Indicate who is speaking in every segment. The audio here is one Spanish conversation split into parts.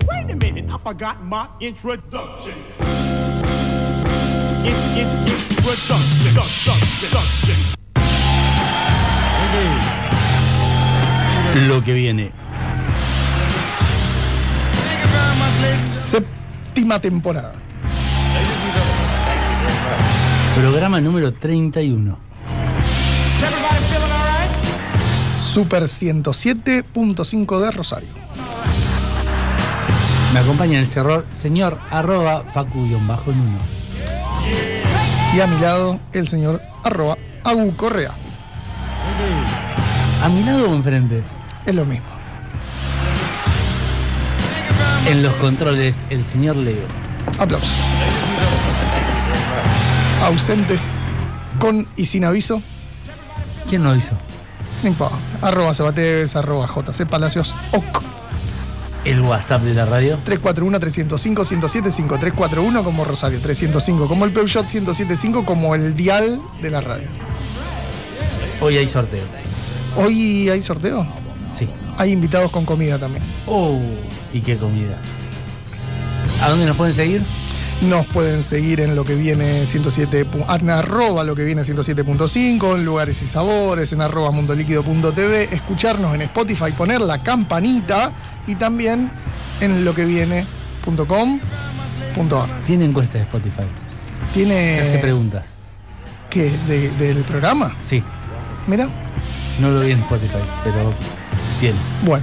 Speaker 1: Wait a minute, I forgot my introduction. In, in, introduction. Introduction.
Speaker 2: Lo que viene.
Speaker 3: Séptima temporada.
Speaker 2: Programa número 31.
Speaker 3: Super 107.5 de Rosario.
Speaker 2: Me acompaña el cerro- señor arroba facu-bajo Nuno.
Speaker 3: Y a mi lado, el señor arroba Agu Correa.
Speaker 2: ¿A mi lado o enfrente?
Speaker 3: Es lo mismo.
Speaker 2: En los controles, el señor Leo.
Speaker 3: Aplausos. Ausentes con y sin aviso.
Speaker 2: ¿Quién lo hizo?
Speaker 3: No importa. Arroba Cebateves, arroba JC Palacios, OC.
Speaker 2: El WhatsApp de la radio.
Speaker 3: 341-305-1075, 341 como Rosario, 305 como el Peugeot, 1075 como el dial de la radio.
Speaker 2: Hoy hay sorteo.
Speaker 3: Hoy hay sorteo,
Speaker 2: Sí.
Speaker 3: hay invitados con comida también.
Speaker 2: Oh, y qué comida. ¿A dónde nos pueden seguir?
Speaker 3: Nos pueden seguir en lo que viene 107, pu- en arroba lo que viene 107.5, en lugares y sabores, en arroba mundolíquido.tv, escucharnos en Spotify, poner la campanita y también en lo que viene.com.ar.
Speaker 2: Tiene encuesta de Spotify. Te hace
Speaker 3: ¿Tiene
Speaker 2: preguntas.
Speaker 3: qué? De- ¿Del programa?
Speaker 2: Sí,
Speaker 3: Mira,
Speaker 2: no lo vi en Spotify, pero tiene.
Speaker 3: bueno.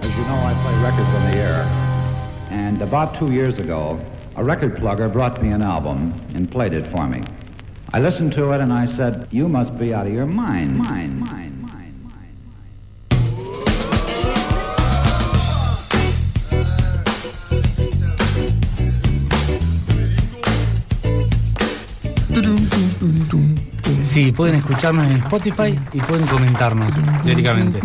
Speaker 4: As you know, I play records on the air. And about two years ago, a record plugger brought me an album and played it for me. I listened to it and I said, You must be out of your mind, mind, mind, mind, mind.
Speaker 2: Sí, pueden escucharnos en Spotify y pueden comentarnos directamente.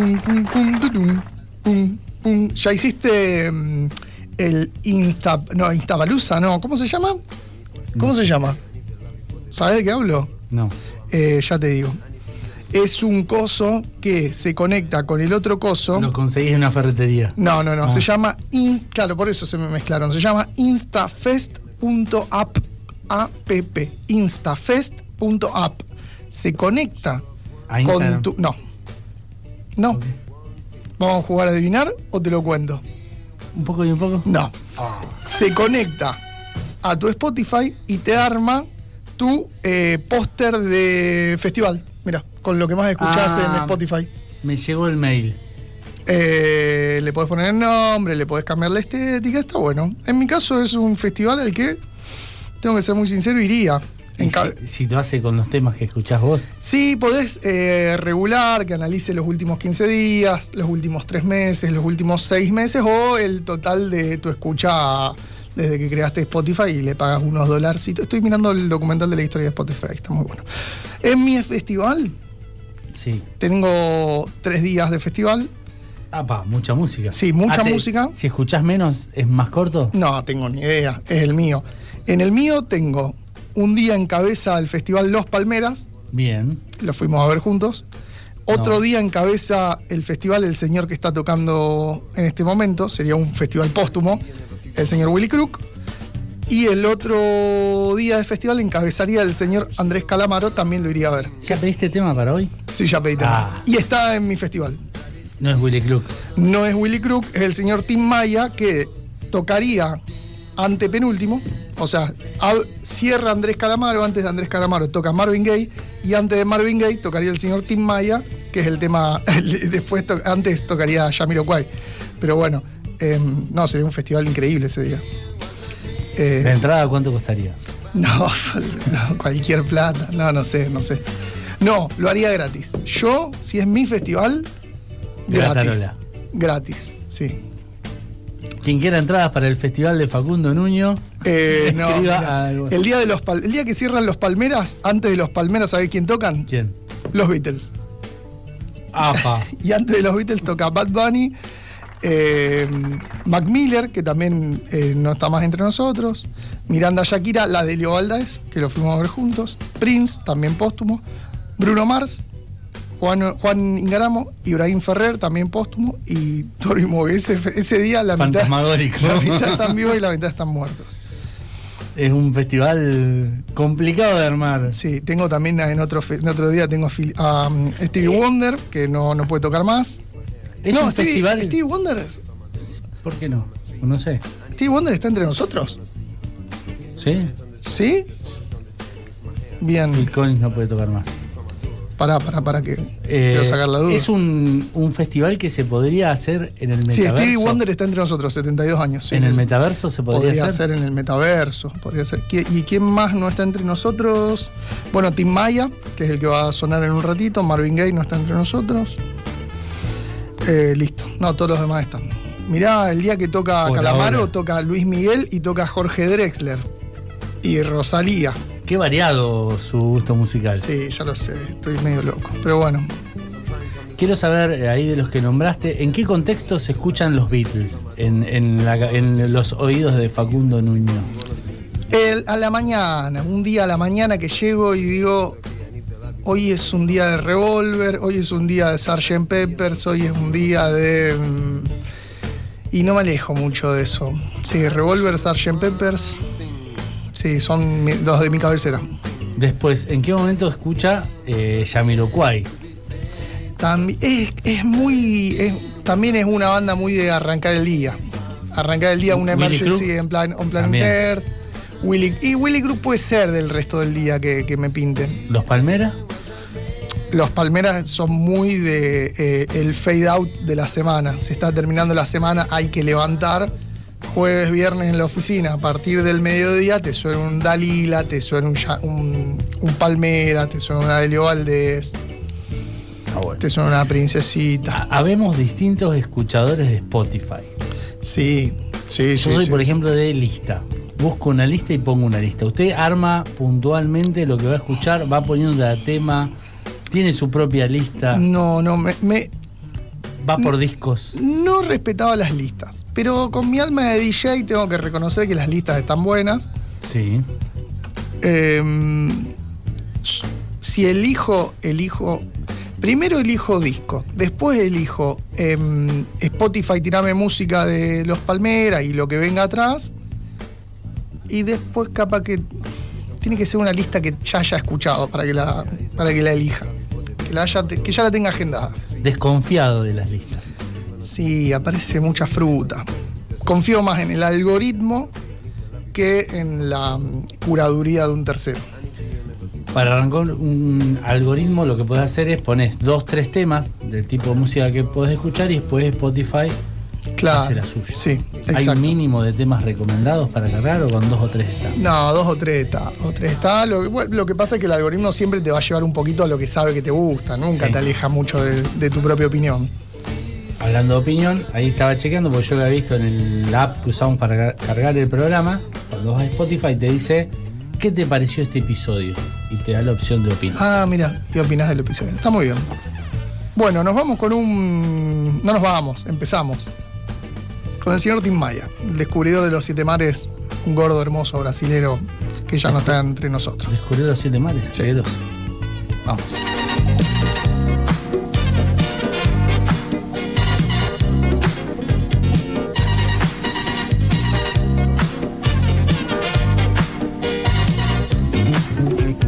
Speaker 3: Ya hiciste mm, el Insta. No, Instabalusa, no. ¿Cómo se llama? ¿Cómo se llama? ¿Sabes de qué hablo?
Speaker 2: No.
Speaker 3: Eh, ya te digo. Es un coso que se conecta con el otro coso.
Speaker 2: Lo conseguís en una ferretería.
Speaker 3: No, no, no.
Speaker 2: Ah.
Speaker 3: Se llama. Inst- claro, por eso se me mezclaron. Se llama instafest.app. App. Instafest.app. Se conecta
Speaker 2: A Instagram.
Speaker 3: con tu. No. No. ¿Vamos a jugar a adivinar o te lo cuento?
Speaker 2: Un poco y un poco.
Speaker 3: No.
Speaker 2: Ah.
Speaker 3: Se conecta a tu Spotify y te arma tu eh, póster de festival. Mira, con lo que más escuchás
Speaker 2: Ah.
Speaker 3: en Spotify.
Speaker 2: Me llegó el mail.
Speaker 3: Eh, le podés poner el nombre, le podés cambiar la estética, está bueno. En mi caso es un festival al que, tengo que ser muy sincero, iría. En
Speaker 2: Y
Speaker 3: ca-
Speaker 2: Si, si lo hace con los temas que escuchás vos,
Speaker 3: Sí, podés eh, regular que analice los últimos 15 días, los últimos 3 meses, los últimos 6 meses o el total de tu escucha desde que creaste Spotify y le pagas unos dolarcitos. Estoy mirando el documental de la historia de Spotify, está muy bueno. En mi festival,
Speaker 2: sí.
Speaker 3: tengo 3 días de festival.
Speaker 2: Apa, mucha música.
Speaker 3: Sí, mucha
Speaker 2: Ah, te-
Speaker 3: música.
Speaker 2: Si escuchás menos, es más corto.
Speaker 3: No, tengo ni idea, es el mío. En el mío tengo un día en cabeza al Festival Los Palmeras,
Speaker 2: Bien.
Speaker 3: lo fuimos a ver juntos. Otro
Speaker 2: No.
Speaker 3: día encabeza el festival el señor que está tocando en este momento, sería un festival póstumo, el señor Willy Crook. Y el otro día de festival encabezaría el señor Andrés Calamaro, también lo iría a ver.
Speaker 2: ¿Ya pediste tema para hoy?
Speaker 3: Sí, ya pedí tema.
Speaker 2: Ah.
Speaker 3: Y está en mi festival.
Speaker 2: No es Willy Crook.
Speaker 3: No es Willy Crook, es el señor Tim Maya que tocaría antepenúltimo. O sea, ab- cierra Andrés Calamaro, antes de Andrés Calamaro toca Marvin Gaye y antes de Marvin Gaye tocaría el señor Tim Maya, que es el tema, el- después to- antes tocaría Jamiroquai. Pero bueno, em, no, sería un festival increíble ese día. Eh,
Speaker 2: ¿La entrada cuánto costaría?
Speaker 3: no, no, cualquier plata. No, no sé, no sé. No, lo haría gratis. Yo, si es mi festival, gratis.
Speaker 2: Gratarola.
Speaker 3: Gratis, sí.
Speaker 2: Quien quiera entradas para el festival de Facundo Nuño,
Speaker 3: Eh, no,
Speaker 2: Escriba
Speaker 3: mira,
Speaker 2: algo.
Speaker 3: el, día de los pal- el día que cierran los palmeras, antes de los palmeras, ¿sabés quién tocan?
Speaker 2: ¿quién?
Speaker 3: Los Beatles.
Speaker 2: APA.
Speaker 3: Y antes de los Beatles toca Bad Bunny, eh, Mac Miller, que también eh, no está más entre nosotros, Miranda Shakira, la de Leo Valdés, que lo fuimos a ver juntos, Prince, también póstumo, Bruno Mars, Juan, Juan Ingaramo, Ibrahim Ferrer, también póstumo, y Tori Mogue. Ese, ese día la mitad,
Speaker 2: Fantasmagórico.
Speaker 3: la mitad están vivos y la mitad están muertos.
Speaker 2: Es un festival complicado de armar.
Speaker 3: Sí, tengo también en otro, fe- en otro día tengo a Phil- a um, Stevie Wonder, que no, no puede tocar más.
Speaker 2: Eh. Es
Speaker 3: no,
Speaker 2: un
Speaker 3: Stevie,
Speaker 2: festival.
Speaker 3: Stevie Wonder, es-
Speaker 2: ¿Por qué no? No sé.
Speaker 3: Stevie Wonder está entre nosotros.
Speaker 2: ¿Sí?
Speaker 3: ¿Sí?
Speaker 2: Phil
Speaker 3: Bien,
Speaker 2: Collins no puede tocar más.
Speaker 3: pará, pará, pará que
Speaker 2: Eh,
Speaker 3: quiero sacar la duda.
Speaker 2: Es un, un festival que se podría hacer en el
Speaker 3: Sí,
Speaker 2: metaverso.
Speaker 3: Stevie Wonder está entre nosotros, 72 años. sí.
Speaker 2: en el metaverso se podría,
Speaker 3: Podría
Speaker 2: hacer.
Speaker 3: ser en el metaverso, podría ser. ¿Qui- ¿Y quién más no está entre nosotros? Bueno, Tim Maya, que es el que va a sonar en un ratito, Marvin Gaye no está entre nosotros. Eh, listo, no, todos los demás están. Mirá, el día que toca
Speaker 2: Por
Speaker 3: Calamaro,
Speaker 2: ahora.
Speaker 3: toca Luis Miguel y toca Jorge Drexler. Y Rosalía.
Speaker 2: Qué variado su gusto musical.
Speaker 3: Sí, ya lo sé, estoy medio loco. Pero bueno,
Speaker 2: Quiero saber, eh, ahí de los que nombraste, ¿en qué contexto se escuchan los Beatles? En, en la- en los oídos de Facundo Nuño.
Speaker 3: El- a la mañana, un día a la mañana que llego y digo, hoy es un día de revólver, hoy es un día de Sgt. Peppers, hoy es un día de... mm, Y no me alejo mucho de eso. Sí, revólver, Sgt. Peppers, sí, son mi- los de mi cabecera.
Speaker 2: Después, ¿en qué momento escucha eh, Jamiroquai?
Speaker 3: Tambi- es, es muy... es- también es una banda muy de arrancar el día. Arrancar el día, una
Speaker 2: Willy
Speaker 3: emergency
Speaker 2: Crook.
Speaker 3: en plan, on planet
Speaker 2: También.
Speaker 3: Earth. Willy, y Willy Group puede ser del resto del día que, que me pinten.
Speaker 2: ¿Los Palmeras?
Speaker 3: Los Palmeras son muy de eh, el fade out de la semana. Se está terminando la semana, hay que levantar jueves, viernes en la oficina. A partir del mediodía te suena un Dalila, te suena un, Ya- un- un Palmera, te suena una Delio Valdés,
Speaker 2: Ah,
Speaker 3: te suena una Princesita.
Speaker 2: Ha- Habemos distintos escuchadores de Spotify.
Speaker 3: Sí, sí, sí.
Speaker 2: Yo soy,
Speaker 3: sí.
Speaker 2: por ejemplo, de lista. Busco una lista y pongo una lista. Usted arma puntualmente lo que va a escuchar, va poniendo cada tema, tiene su propia lista,
Speaker 3: No, no, me- me,
Speaker 2: va
Speaker 3: mm.
Speaker 2: por discos.
Speaker 3: no respetaba las listas. Pero con mi alma de DJ tengo que reconocer que las listas están buenas.
Speaker 2: Sí.
Speaker 3: Em, si elijo, elijo. Primero elijo disco, después elijo em, Spotify, tirame música de los Palmeras y lo que venga atrás. Y después, capaz que. Tiene que ser una lista que ya haya escuchado para que la, para que la elija. Que, la haya- que ya la tenga agendada.
Speaker 2: Desconfiado de las listas.
Speaker 3: Sí, aparece mucha fruta. Confío más en el algoritmo que en la mm, curaduría de un tercero.
Speaker 2: Para arrancar un algoritmo lo que podés hacer es pones dos, tres temas del tipo de música que podés escuchar y después Spotify hace
Speaker 3: Claro.
Speaker 2: la suya.
Speaker 3: Sí,
Speaker 2: ¿Hay
Speaker 3: exacto.
Speaker 2: mínimo de temas recomendados para cargar o con dos o tres está?
Speaker 3: No, dos o tres está. Dos o tres está. Lo, que- bueno, lo que pasa es que el algoritmo siempre te va a llevar un poquito a lo que sabe que te gusta. Nunca
Speaker 2: Sí.
Speaker 3: te aleja mucho de, de tu propia opinión.
Speaker 2: Hablando de opinión, ahí estaba chequeando porque yo lo había visto en el- la app que usamos para car- cargar el programa. Cuando vas a Spotify te dice qué te pareció este episodio y te da la opción de opinar.
Speaker 3: Ah, mira, ¿qué opinás del episodio? Está muy bien. Bueno, nos vamos con un. No nos vamos, empezamos. Con el señor Tim Maya, el descubridor de los siete mares, un gordo hermoso brasilero que ya no está entre nosotros.
Speaker 2: Descubrir los siete mares,
Speaker 3: Sí.
Speaker 2: queridos. Vamos.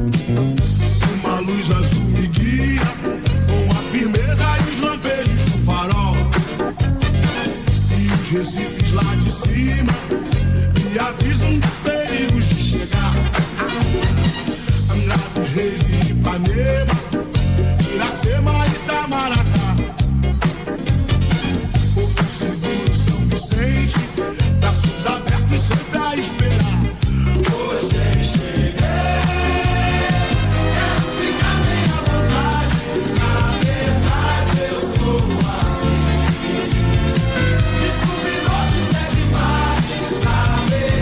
Speaker 5: Uma luz azul me guia com a firmeza e os lampejos do farol. E os recifes lá de cima me avisam dos perigos de chegar. Angrados reis de Ipanema, Iracema e Itamaracá. Porto Seguro, São Vicente, braços abertos sempre a esperar. Hoje cheguei. Descobridor de sete mares,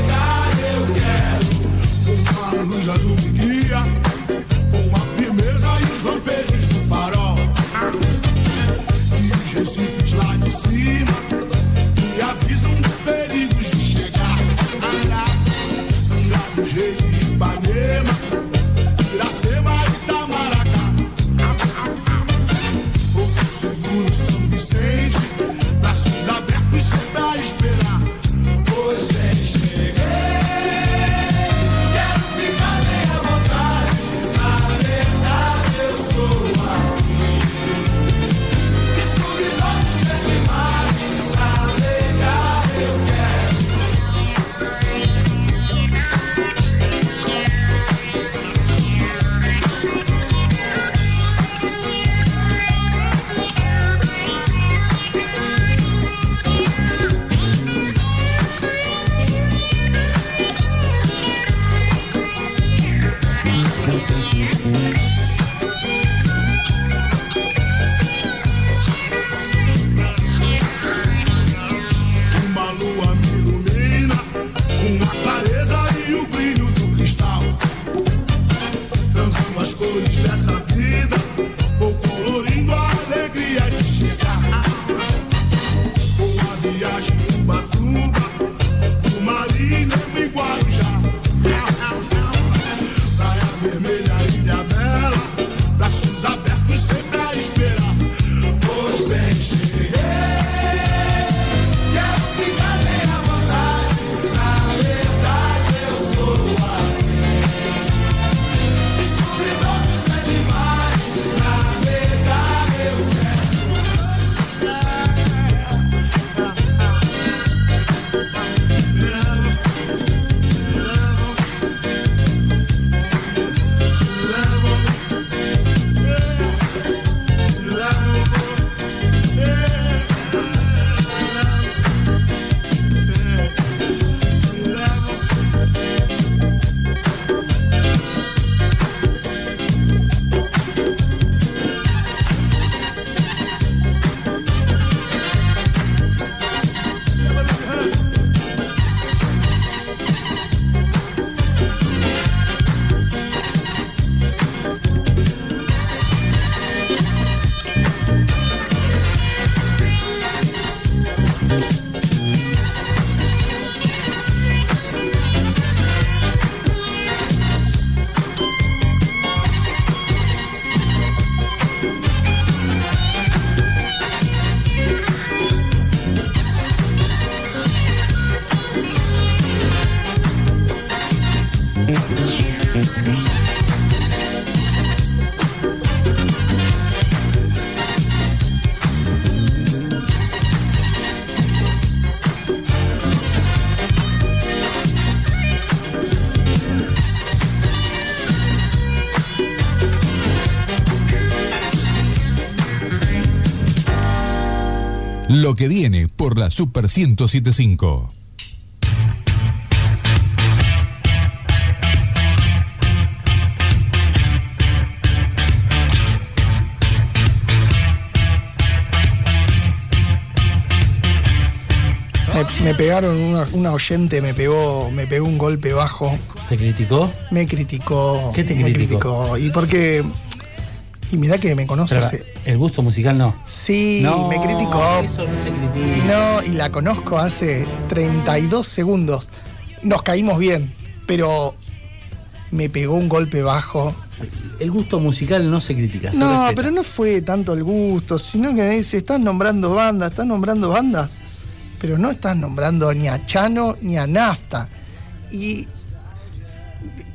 Speaker 6: no São Vicente, braços abertos sempre a esperar. Pois bem, cheguei, quero ficar bem à vontade. Na verdade, eu sou assim. Descobri novos sete mares, navegar eu quero. Uma lua me ilumina, uma clareza e o brilho do cristal. Transando as cores dessa vida, vou colorindo a alegria de chegar. Uma viagem em Ubatuba, o Marina e Guarujá. Praia vermelha, ilha bela, braços abertos sempre a esperar. Pois bem, cheguei. Quero ficar bem à vontade, na verdade eu sou assim. Descobri novos sete mares, na verdade eu
Speaker 7: Lo que viene por la Super 1075.
Speaker 3: Me, me pegaron, una, una oyente me pegó, me pegó un golpe bajo.
Speaker 2: ¿Te criticó?
Speaker 3: Me criticó.
Speaker 2: ¿Qué te
Speaker 3: me
Speaker 2: criticó?
Speaker 3: Y porque. Y mirá que me conoce
Speaker 2: Pero,
Speaker 3: hace.
Speaker 2: El gusto musical no.
Speaker 3: Sí,
Speaker 2: no,
Speaker 3: me criticó.
Speaker 2: Eso no se critica.
Speaker 3: No, y la conozco hace 32 segundos. Nos caímos bien, pero me pegó un golpe bajo.
Speaker 2: El gusto musical no se critica. se
Speaker 3: No,
Speaker 2: respeta.
Speaker 3: pero no fue tanto el gusto, sino que me dice, estás nombrando bandas, estás nombrando bandas, pero no estás nombrando ni a Chano ni a Nafta. ¿Y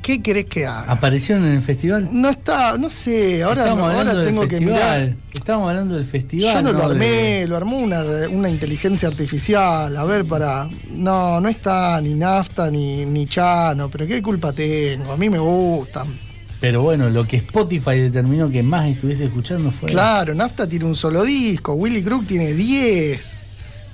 Speaker 3: qué querés que haga?
Speaker 2: ¿Aparecieron en el festival?
Speaker 3: No está, no sé, ahora,
Speaker 2: Ah. Estamos hablando
Speaker 3: ahora
Speaker 2: del
Speaker 3: tengo que
Speaker 2: festival.
Speaker 3: mirar.
Speaker 2: Estamos hablando del festival.
Speaker 3: Yo no lo
Speaker 2: de-
Speaker 3: armé, lo armó una, una inteligencia artificial. A ver, para. No, no está ni Nafta ni, ni Chano, pero qué culpa tengo. A mí me gustan.
Speaker 2: Pero bueno, lo que Spotify determinó que más estuviste escuchando fue.
Speaker 3: Claro, Nafta tiene un solo disco, Willy Crook tiene 10.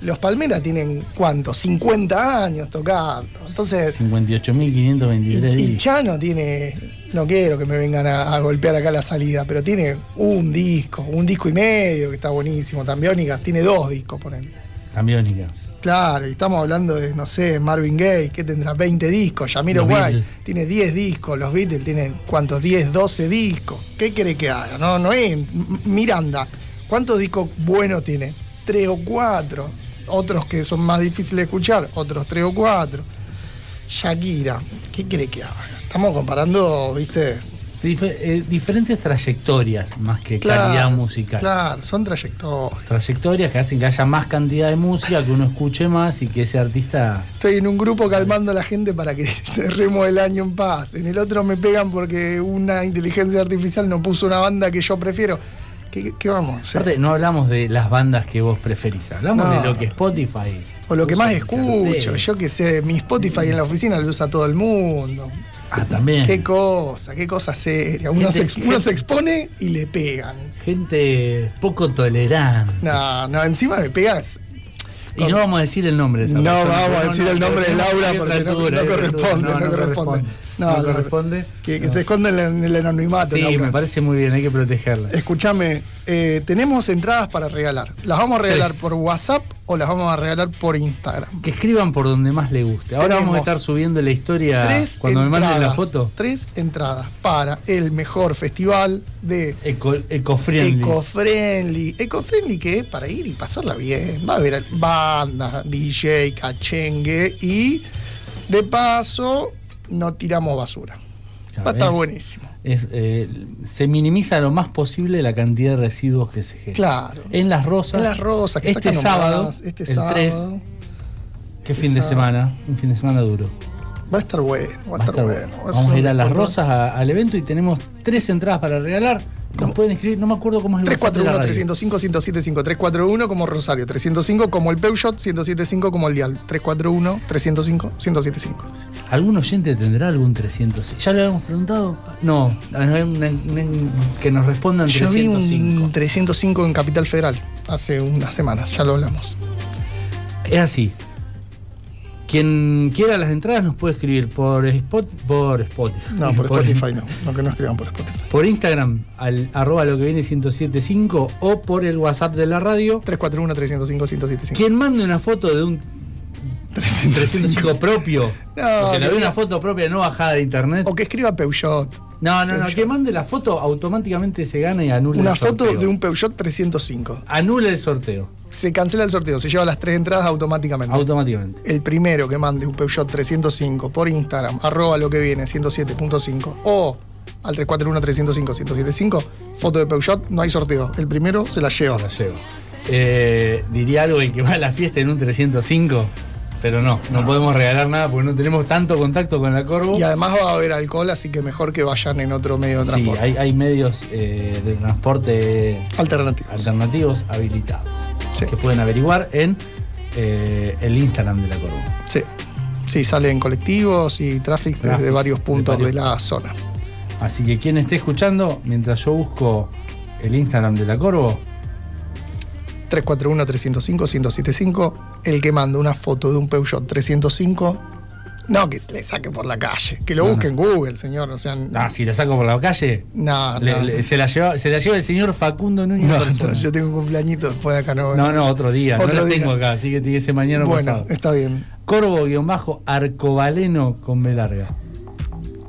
Speaker 3: Los Palmeras tienen, ¿cuánto? 50 años tocando. Entonces,
Speaker 2: 58.523
Speaker 3: y, y
Speaker 2: días.
Speaker 3: Chano tiene, no quiero que me vengan a, a golpear acá la salida, pero tiene un disco, un disco y medio, que está buenísimo. También Biónicas tiene dos discos, ponele.
Speaker 2: Cambiónica.
Speaker 3: Claro, y estamos hablando de, no sé, Marvin Gaye, que tendrá 20 discos, Yamiro
Speaker 2: Los
Speaker 3: White
Speaker 2: Beatles.
Speaker 3: tiene 10 discos, los Beatles tienen, ¿cuántos? 10, 12 discos. ¿Qué cree que haga? No, no es M- Miranda. ¿Cuántos discos buenos tiene? Tres o cuatro. Otros que son más difíciles de escuchar, otros tres o cuatro. Shakira, ¿qué cree que haga? Estamos comparando, viste,
Speaker 2: dife- eh, diferentes trayectorias más que calidad musical.
Speaker 3: Claro, son trayectorias.
Speaker 2: Trayectorias que hacen que haya más cantidad de música, que uno escuche más y que ese artista
Speaker 3: Estoy en un grupo calmando a la gente para que cerremos el año en paz. En el otro me pegan porque una inteligencia artificial no puso una banda que yo prefiero. ¿Qué, qué vamos a hacer?
Speaker 2: Aparte, no hablamos de las bandas que vos preferís, hablamos
Speaker 3: No.
Speaker 2: de lo que Spotify.
Speaker 3: O lo que más
Speaker 2: usa en
Speaker 3: escucho,
Speaker 2: cartel.
Speaker 3: yo que sé, mi Spotify en la oficina lo usa todo el mundo.
Speaker 2: Ah, también.
Speaker 3: Qué cosa, qué cosa seria. Uno,
Speaker 2: Gente-
Speaker 3: se, ex- uno se expone y le pegan.
Speaker 2: Gente poco tolerante.
Speaker 3: No, no, encima me pegas.
Speaker 2: Y no vamos a decir el nombre de esa
Speaker 3: No
Speaker 2: persona,
Speaker 3: vamos a
Speaker 2: pero
Speaker 3: decir el nombre de
Speaker 2: no,
Speaker 3: Laura
Speaker 2: es
Speaker 3: porque no-
Speaker 2: apertura, es
Speaker 3: no
Speaker 2: apertura.
Speaker 3: corresponde, no corresponde. No,
Speaker 2: No
Speaker 3: no.
Speaker 2: corresponde.
Speaker 3: Que, que se esconde en el, en el anonimato.
Speaker 2: Sí,
Speaker 3: Laura.
Speaker 2: me parece muy bien, hay que protegerla.
Speaker 3: Escúchame, eh, tenemos entradas para regalar. ¿Las vamos a regalar
Speaker 2: Tres.
Speaker 3: por WhatsApp o las vamos a regalar por Instagram?
Speaker 2: Que escriban por donde más le guste. Ahora
Speaker 3: Tenemos
Speaker 2: vamos a estar subiendo la historia
Speaker 3: tres
Speaker 2: cuando me
Speaker 3: entradas,
Speaker 2: manden la foto.
Speaker 3: Tres entradas para el mejor festival de
Speaker 2: Eco, ecofriendly.
Speaker 3: Eco-friendly. Eco-friendly que es para ir y pasarla bien. Va a haber bandas, DJ, cachengue y de paso no tiramos basura.
Speaker 2: Ya
Speaker 3: Va a estar
Speaker 2: ves,
Speaker 3: buenísimo.
Speaker 2: es, eh, se minimiza lo más posible la cantidad de residuos que se generan.
Speaker 3: Claro.
Speaker 2: En Las Rosas.
Speaker 3: En Las Rosas, que
Speaker 2: este
Speaker 3: está acá
Speaker 2: sábado,
Speaker 3: nomás, este
Speaker 2: el
Speaker 3: sábado. este
Speaker 2: 3, ¿Qué fin de
Speaker 3: sábado.
Speaker 2: semana? Un fin de semana duro.
Speaker 3: Va a estar bueno, va a estar bueno. Va
Speaker 2: Vamos a
Speaker 3: ser
Speaker 2: ir a
Speaker 3: un
Speaker 2: Las
Speaker 3: encuentro.
Speaker 2: Rosas a- al evento y tenemos tres entradas para regalar. Nos pueden escribir, no me acuerdo cómo es el WhatsApp de la
Speaker 3: 341
Speaker 2: radio.
Speaker 3: 305 1075 341 como Rosario, 305 como el Peugeot, 1075 como el Dial, 341 305 1075.
Speaker 2: ¿Algún oyente tendrá algún 300? ¿Ya le habíamos preguntado? No, a- a- a- que nos respondan
Speaker 3: Yo vi
Speaker 2: 305.
Speaker 3: un 305 en Capital Federal hace unas semanas, ya lo hablamos.
Speaker 2: Es así. Quien quiera las entradas nos puede escribir por, Spot, por Spotify.
Speaker 3: No, por Spotify no, no que no escriban por Spotify.
Speaker 2: Por Instagram, al arroba lo que viene 1075 o por el WhatsApp de la radio.
Speaker 3: 341 305 1075.
Speaker 2: Quien mande una foto de un 305 propio, porque le
Speaker 3: pero
Speaker 2: doy una
Speaker 3: no.
Speaker 2: foto propia no bajada de internet.
Speaker 3: O que escriba Peugeot.
Speaker 2: No, no, no,
Speaker 3: Peugeot.
Speaker 2: quien mande la foto automáticamente se gana y anula
Speaker 3: Una
Speaker 2: el sorteo.
Speaker 3: foto de un Peugeot 305.
Speaker 2: Anula el sorteo,
Speaker 3: Se cancela el sorteo, se lleva las tres entradas automáticamente.
Speaker 2: automáticamente.
Speaker 3: el primero que mande un Peugeot 305 por Instagram, arroba lo que viene, 107.5 o al 341-305-1075, foto de Peugeot, no hay sorteo. El primero se la lleva.
Speaker 2: Se la llevo. Eh, diría algo el que va a la fiesta en un 305, pero no, no, podemos regalar nada porque no tenemos tanto contacto con la Corvo.
Speaker 3: Y además va a haber alcohol, así que mejor que vayan en otro medio de
Speaker 2: Sí,
Speaker 3: transporte.
Speaker 2: hay, hay medios eh, de transporte
Speaker 3: Alternativo.
Speaker 2: alternativos habilitados
Speaker 3: Sí,
Speaker 2: que pueden averiguar en eh, el Instagram de la Corvo.
Speaker 3: sí. Sí, salen colectivos y traffic desde
Speaker 2: Traffic,
Speaker 3: varios
Speaker 2: de
Speaker 3: puntos de
Speaker 2: varios-
Speaker 3: la zona.
Speaker 2: Así que quien esté escuchando, mientras yo busco el Instagram de la Corvo,
Speaker 3: 341-305-1075, el que manda una foto de un Peugeot 305, no que le saque por la calle, que lo
Speaker 2: No,
Speaker 3: busque en Google, señor. O sea,
Speaker 2: ah, si la saco por la calle,
Speaker 3: No,
Speaker 2: le-
Speaker 3: Ah, no.
Speaker 2: le- se, la lleva, se la lleva el señor Facundo Núñez.
Speaker 3: No,
Speaker 2: Persona.
Speaker 3: no, yo tengo un cumpleañito después de acá, no.
Speaker 2: No, no, otro día,
Speaker 3: Otro
Speaker 2: no la
Speaker 3: día.
Speaker 2: tengo acá, así que tiene que ser mañana o
Speaker 3: bueno,
Speaker 2: pasado.
Speaker 3: está bien.
Speaker 2: Corvo-arcobaleno con B larga.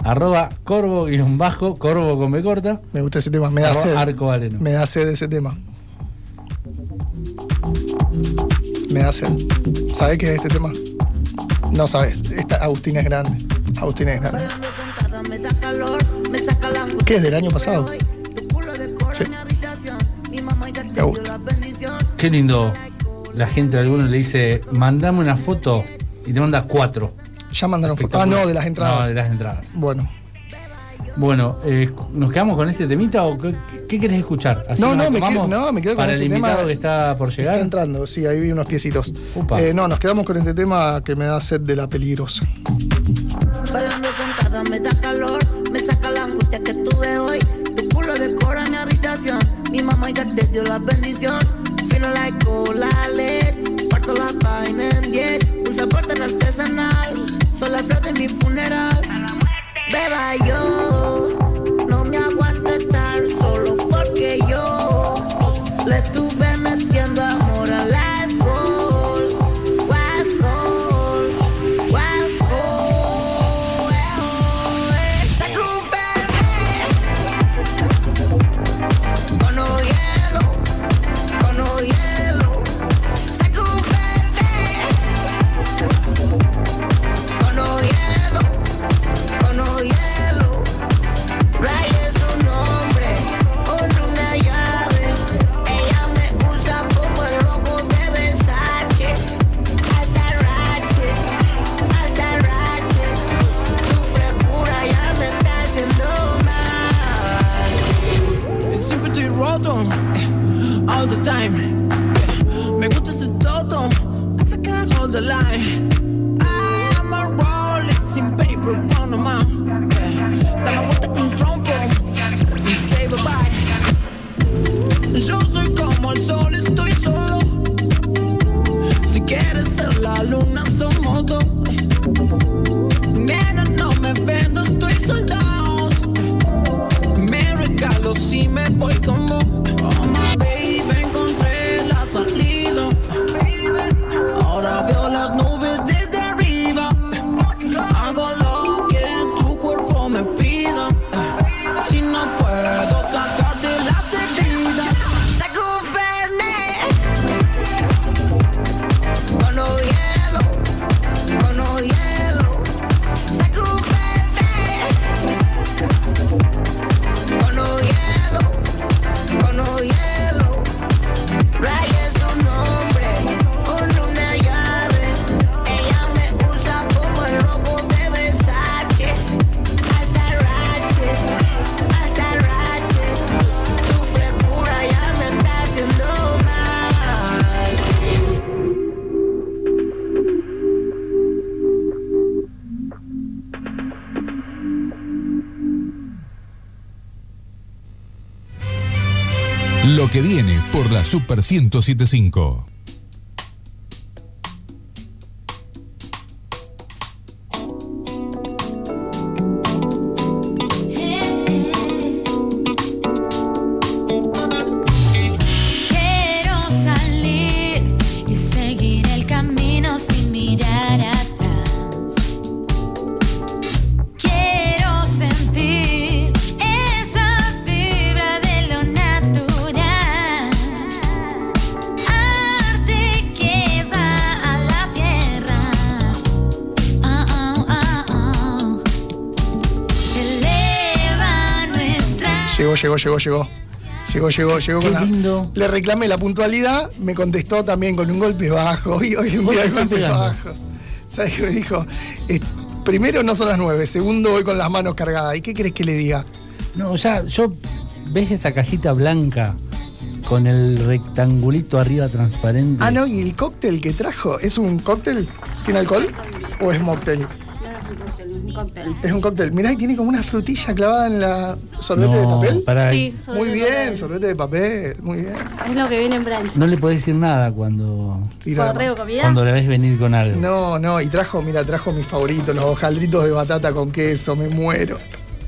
Speaker 2: Arroba corvo-bajo, corvo con B corta.
Speaker 3: Me gusta ese tema, me da
Speaker 2: Arroba
Speaker 3: sed.
Speaker 2: arcobaleno.
Speaker 3: Me da sed ese tema. Me da sed. ¿Sabés qué es este tema? No sabes. Esta Agustín es grande. Agustín es grande.
Speaker 8: Hablando sentada me da calor, me saca la angustia.
Speaker 3: ¿Qué es del año pasado?
Speaker 8: Tu culo de cola
Speaker 3: Sí.
Speaker 8: en la habitación. Mi mamá ya te
Speaker 3: gusta.
Speaker 8: dio la bendición.
Speaker 2: Qué lindo. La gente a algunos le dice, mandame una foto y te manda cuatro.
Speaker 3: Ya mandaron fotos. Ah, no, de las entradas.
Speaker 2: No, de las entradas.
Speaker 3: Bueno.
Speaker 2: Bueno, eh, ¿nos queremos con este temita o qué, qué querés escuchar? Así
Speaker 3: No,
Speaker 2: nos
Speaker 3: no, me
Speaker 2: acomodamos
Speaker 3: quedo- no, me quedo con
Speaker 2: Para
Speaker 3: este
Speaker 2: el invitado
Speaker 3: tema.
Speaker 2: que está por llegar.
Speaker 3: Está entrando, sí, ahí vi unos piecitos.
Speaker 2: Upa.
Speaker 3: Eh, no, nos quedamos con este tema que me da sed de la peligrosa.
Speaker 8: Bailando sentada me da calor, me saca la angustia que tuve hoy. Tu culo decora mi habitación, mi mamá ya te dio la bendición. Fino like colales, parto la vaina en 10. Un sabor tan artesanal, soy la flor de mi funeral. Beba yo, no me aguanto estar solo porque yo le estuve metiendo amor al alcohol. Alcohol, alcohol, eh, oh, eh. Saca un Fernet con un hielo, con un hielo. Saca un Fernet con un hielo con un hielo. Reyes time. Me gusta ese toto, hold the line. I'm a rolling sin paper, pound them out. Yeah. Dame vuelta con trompo y say bye bye. Yo soy como el sol, estoy solo. Si quieres ser la luna, somos dos. Nena, no me vendo, estoy sold out. Me regalo si me voy con vos. Oh, my baby, encontré la salida. Ahora veo las nubes desde arriba. Hago lo que tu cuerpo me pida. Si no puedo sacarte las heridas. Saco un Fernet con un hielo, con un hielo. Saco un Fernet con un hielo, con un hielo. Ray es un hombre con una llave. Ella me usa como el robo de Versace. Alta rache, alta rache. Tu frescura ya me está haciendo mal.
Speaker 7: Lo que viene por la Super 1075.
Speaker 9: Quiero salir y seguir el camino sin mirar atrás. Quiero sentir esa fibra de lo natural. Arte que va a la Ah, tierra. ah. Eleva nuestra.
Speaker 3: Llegó, llegó, llegó, llegó. Llegó, llegó, llegó
Speaker 2: Qué
Speaker 3: con la-
Speaker 2: lindo.
Speaker 3: Le reclamé la puntualidad, me contestó también con un golpe bajo. Y hoy en
Speaker 2: Vos
Speaker 3: día
Speaker 2: te
Speaker 3: hay
Speaker 2: estás
Speaker 3: golpes
Speaker 2: pegando.
Speaker 3: bajos. ¿Sabes qué me dijo? Eh, primero no son las nueve, segundo voy con las manos cargadas. ¿Y qué crees que le diga?
Speaker 2: No, ya, yo. ¿Ves esa cajita blanca con el rectangulito arriba transparente?
Speaker 3: Ah, no, y el cóctel que trajo, ¿es un cóctel? ¿Tiene alcohol? ¿O es mocktail? Es un cóctel. Mirá, y tiene como una frutilla clavada en la sorbete de
Speaker 2: No,
Speaker 3: papel.
Speaker 2: pará.
Speaker 10: Sí, sobre
Speaker 3: Muy
Speaker 10: todo
Speaker 3: bien,
Speaker 10: el-
Speaker 3: sorbete de papel, muy bien.
Speaker 10: Es lo que viene en brunch.
Speaker 2: No le podés decir nada cuando,
Speaker 3: Tira la
Speaker 10: Correo,
Speaker 3: mano.
Speaker 10: comida.
Speaker 2: cuando le ves venir con algo.
Speaker 3: No, no, y trajo, mira, trajo mis favoritos, los hojaldritos de batata con queso, me muero.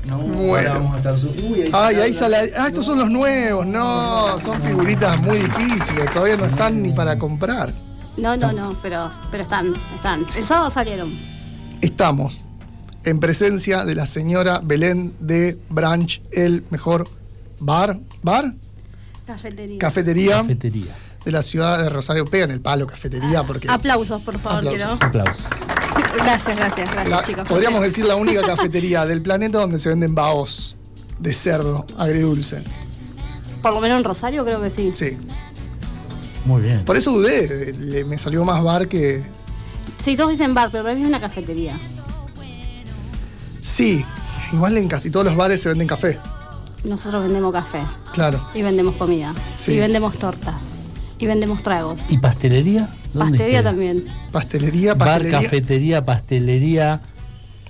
Speaker 2: No,
Speaker 3: Bueno.
Speaker 2: ahora vamos a estar su- Uy, ahí
Speaker 3: Ay,
Speaker 2: se
Speaker 3: ahí
Speaker 2: habla.
Speaker 3: sale. Ah, estos son los nuevos, no, son figuritas muy difíciles, todavía no están ni para comprar.
Speaker 10: No, no, no, pero, pero están, están. El sábado salieron.
Speaker 3: Estamos en presencia de la señora Belén de Branch, el mejor bar, bar,
Speaker 10: Cafetería.
Speaker 3: cafetería
Speaker 2: Cafetería.
Speaker 3: de la ciudad de Rosario. Pegan el palo, cafetería, porque
Speaker 10: Ah, Aplausos, por favor,
Speaker 3: Aplausos.
Speaker 2: Aplausos.
Speaker 10: quiero. Gracias, gracias, gracias,
Speaker 3: la-
Speaker 10: chicos.
Speaker 3: podríamos decir la única cafetería del planeta donde se venden baos de cerdo agridulce.
Speaker 10: Por lo menos en Rosario creo que sí.
Speaker 3: Sí.
Speaker 2: Muy bien.
Speaker 3: Por eso dudé, le- me salió más bar que.
Speaker 10: Sí, todos dicen bar, pero para mí es una cafetería.
Speaker 3: Sí, igual en casi todos los bares se venden café.
Speaker 10: Nosotros vendemos café
Speaker 3: Claro.
Speaker 10: y vendemos comida
Speaker 3: Sí.
Speaker 10: y vendemos tortas y vendemos tragos.
Speaker 2: ¿Y pastelería? ¿Dónde
Speaker 10: Pastelería
Speaker 2: queda?
Speaker 10: también.
Speaker 3: Pastelería,
Speaker 2: Bar,
Speaker 3: pastelería.
Speaker 2: cafetería, pastelería.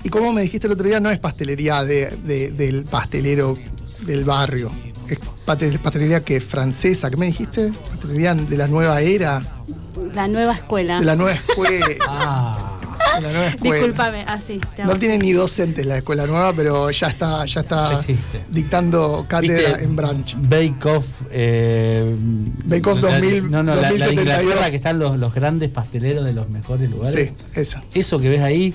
Speaker 3: Y como me dijiste el otro día, no es pastelería de- de- del pastelero del barrio. Es pastel- pastelería que francesa, ¿qué me dijiste? Pastelería de la nueva era,
Speaker 10: La nueva escuela.
Speaker 3: de la nueva escuela. de
Speaker 2: Ah,
Speaker 3: la nueva escuela.
Speaker 10: Disculpame, así. ah, te
Speaker 3: No
Speaker 10: amo.
Speaker 3: tiene ni docentes la escuela nueva, pero ya está, ya
Speaker 2: Ya
Speaker 3: está
Speaker 2: existe.
Speaker 3: dictando cátedra
Speaker 2: ¿viste?
Speaker 3: en branch.
Speaker 2: Bake Off. eh,
Speaker 3: Bake Off
Speaker 2: la-
Speaker 3: 2000,
Speaker 2: No, no, la- la, de
Speaker 3: 2072.
Speaker 2: Inglaterra que están los, los grandes pasteleros de los mejores lugares.
Speaker 3: Sí, esa.
Speaker 2: Eso que ves ahí.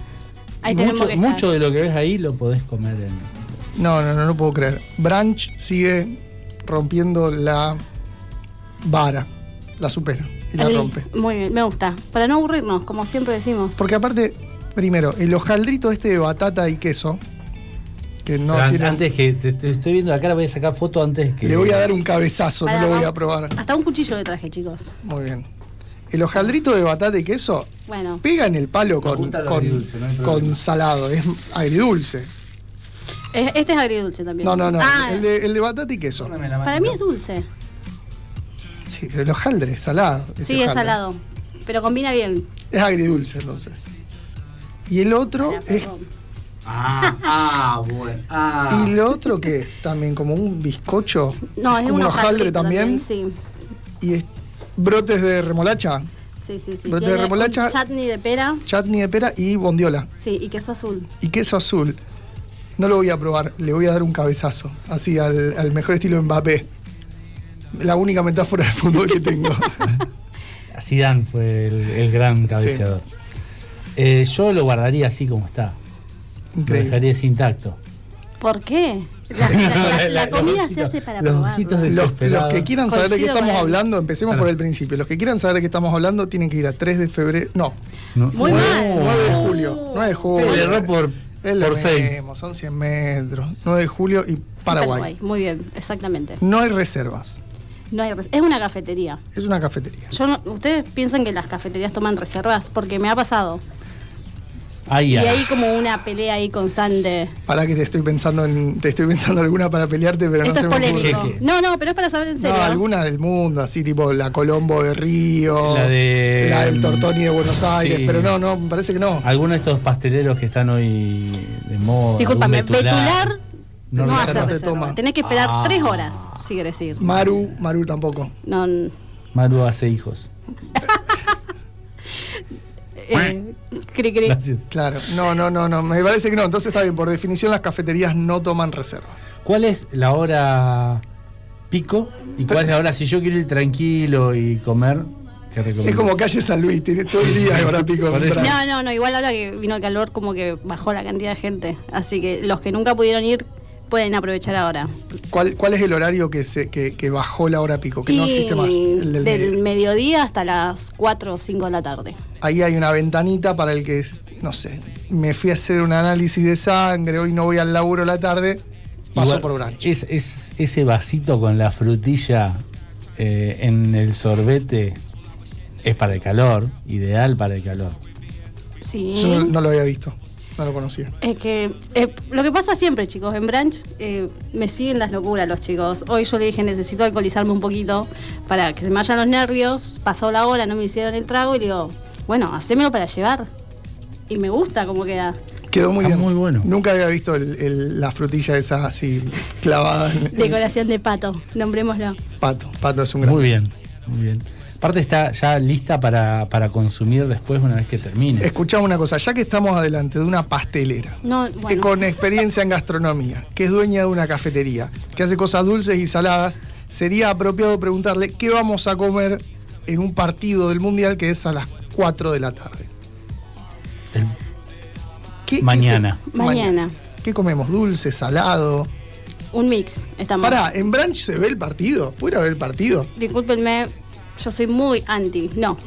Speaker 10: Ahí tenemos
Speaker 2: mucho,
Speaker 10: que estar.
Speaker 2: mucho de lo que ves ahí lo podés comer en.
Speaker 3: No, no, no, no puedo creer. Branch sigue rompiendo la vara, la supera y la
Speaker 10: Ahí.
Speaker 3: rompe.
Speaker 10: Muy bien, me gusta. Para no aburrirnos, como siempre decimos.
Speaker 3: Porque aparte, primero, el hojaldrito este de batata y queso, que no
Speaker 2: An-
Speaker 3: tiene...
Speaker 2: Antes que te, te estoy viendo la cara, voy a sacar foto antes que.
Speaker 3: Le voy a dar un cabezazo,
Speaker 10: Para,
Speaker 3: no lo voy
Speaker 10: vamos.
Speaker 3: a probar.
Speaker 10: Hasta un cuchillo le traje, chicos.
Speaker 3: Muy bien. El hojaldrito de batata y queso
Speaker 10: Bueno,
Speaker 3: pega en el palo con,
Speaker 2: gusta lo
Speaker 3: con-
Speaker 2: agridulce, no hay
Speaker 3: con
Speaker 2: problema.
Speaker 3: salado, es agridulce.
Speaker 10: eh, este es agridulce también.
Speaker 3: No, no, no,
Speaker 10: Ah,
Speaker 3: el, de, el de batata y queso.
Speaker 10: para mí es dulce.
Speaker 3: Sí, pero el hojaldre es salado. ese
Speaker 10: Sí, es
Speaker 3: hojaldre.
Speaker 10: salado. Pero combina bien.
Speaker 3: Es agridulce entonces. Y el otro
Speaker 10: Para
Speaker 3: es.
Speaker 10: perdón.
Speaker 2: Ah, ah, bueno.
Speaker 3: ¿Y
Speaker 2: Ah.
Speaker 3: lo otro qué es? También como un bizcocho.
Speaker 10: No, es
Speaker 3: como
Speaker 10: un
Speaker 3: un hojaldre también.
Speaker 10: Sí,
Speaker 3: Y es- brotes de remolacha,
Speaker 10: sí, sí. sí.
Speaker 3: Brote de
Speaker 10: Tiene un
Speaker 3: remolacha.
Speaker 10: Chutney de pera.
Speaker 3: chutney de pera y bondiola.
Speaker 10: Sí, y queso azul.
Speaker 3: Y queso azul. No lo voy a probar, le voy a dar un cabezazo. Así, al, al mejor estilo Mbappé. La única metáfora del fútbol que tengo.
Speaker 2: Zidane fue el, el gran cabeceador. Eh, yo lo guardaría así como está. Lo
Speaker 3: Increíble.
Speaker 2: dejaría sin tacto.
Speaker 10: ¿por qué? La, la- la- la comida se hace para
Speaker 2: Los
Speaker 10: probar.
Speaker 2: ojitos de-
Speaker 3: Los,
Speaker 2: Desesperado.
Speaker 3: los que quieran saber de qué
Speaker 10: Coincido con
Speaker 3: estamos
Speaker 10: él.
Speaker 3: hablando, empecemos por el principio. Los que quieran saber de qué estamos hablando tienen que ir a 3 de febrero. No,
Speaker 2: No.
Speaker 10: Muy mal.
Speaker 3: 9 de julio. 9 de julio.
Speaker 2: Le erró por-
Speaker 3: Es lo
Speaker 2: por seis.
Speaker 3: mismo, Son 100 metros. 9 de julio y Paraguay.
Speaker 10: Muy bien, exactamente.
Speaker 3: No hay reservas.
Speaker 10: No hay res- es una cafetería.
Speaker 3: Es una cafetería.
Speaker 10: Yo no- ustedes piensan que las cafeterías toman reservas porque me ha pasado.
Speaker 2: Ahí, ah,
Speaker 10: Y
Speaker 2: ahí.
Speaker 10: hay como una pelea ahí constante.
Speaker 3: Para que te estoy pensando en, te estoy pensando alguna para pelearte, pero
Speaker 10: Esto es
Speaker 3: no se me ocurre.
Speaker 10: polémico.
Speaker 2: ocurre.
Speaker 10: No, no, pero es para saber en
Speaker 3: No,
Speaker 10: serio.
Speaker 3: alguna del mundo, así tipo la Colombo de Río,
Speaker 2: La de-
Speaker 3: la del Tortoni de Buenos Aires,
Speaker 2: Sí.
Speaker 3: pero no, no, me parece que no.
Speaker 2: Algunos de estos pasteleros que están hoy de moda.
Speaker 10: Disculpame,
Speaker 2: algún
Speaker 10: betular, no,
Speaker 2: lo
Speaker 3: no
Speaker 10: hace
Speaker 2: saca.
Speaker 3: te
Speaker 10: reserva.
Speaker 3: toma.
Speaker 10: Tenés que esperar
Speaker 2: Ah.
Speaker 10: tres horas, si querés ir.
Speaker 3: Maru, Maru tampoco.
Speaker 10: No, n-
Speaker 2: Maru hace hijos.
Speaker 10: eh, cri, cri.
Speaker 2: Gracias.
Speaker 3: Claro, no, no, no, no, me parece que no. Entonces está bien, por definición las cafeterías no toman reservas.
Speaker 2: ¿Cuál es la hora pico? ¿Y cuál es la hora si yo quiero ir tranquilo y comer? ¿Qué recomiendo?
Speaker 3: Es como calle San Luis, tiene todo el día de hora pico.
Speaker 2: Por eso.
Speaker 10: No, no, no, igual ahora que vino el calor como que bajó la cantidad de gente. Así que los que nunca pudieron ir pueden aprovechar ahora.
Speaker 3: ¿Cuál, ¿Cuál es el horario que, se, que, que bajó la hora pico? Que no
Speaker 10: Y
Speaker 3: existe más. El del
Speaker 10: del
Speaker 3: medio.
Speaker 10: mediodía hasta las 4 o 5 de la tarde.
Speaker 3: Ahí hay una ventanita para el que, no sé, me fui a hacer un análisis de sangre, hoy no voy al laburo a la tarde, paso
Speaker 2: Igual,
Speaker 3: por brunch.
Speaker 2: Es, es- ese vasito con la frutilla eh, en el sorbete es para el calor, ideal para el calor.
Speaker 10: Sí.
Speaker 3: Yo no, no lo había visto, no lo conocía.
Speaker 10: Es que eh, lo que pasa siempre, chicos, en Branch eh, me siguen las locuras los chicos. Hoy yo le dije, necesito alcoholizarme un poquito para que se me vayan los nervios. Pasó la hora, no me hicieron el trago y le digo, bueno, hacémelo para llevar. Y me gusta cómo queda.
Speaker 3: Quedó muy
Speaker 2: Está
Speaker 3: bien.
Speaker 2: muy bueno.
Speaker 3: Nunca había visto el- el- la frutilla esa así clavada en en el
Speaker 10: Decoración de pato, nombrémoslo.
Speaker 3: pato. Pato es un gran.
Speaker 2: Muy bien, muy bien. Aparte está ya lista para, para consumir después una vez que termine.
Speaker 3: Escuchamos una cosa, ya que estamos adelante de una pastelera.
Speaker 10: No,
Speaker 3: que
Speaker 10: bueno.
Speaker 3: Eh, con experiencia en gastronomía, que es dueña de una cafetería, que hace cosas dulces y saladas, sería apropiado preguntarle qué vamos a comer en un partido del Mundial que es a las 4 de la tarde.
Speaker 2: El-
Speaker 3: ¿Qué- qué
Speaker 2: Mañana.
Speaker 3: se-
Speaker 10: Mañana.
Speaker 3: ¿Qué comemos? ¿Dulce, salado?
Speaker 10: Un mix, estamos.
Speaker 3: Pará, ¿en Branch se ve el partido? ¿Pudiera ver el partido?
Speaker 10: Discúlpenme, yo soy muy anti. No,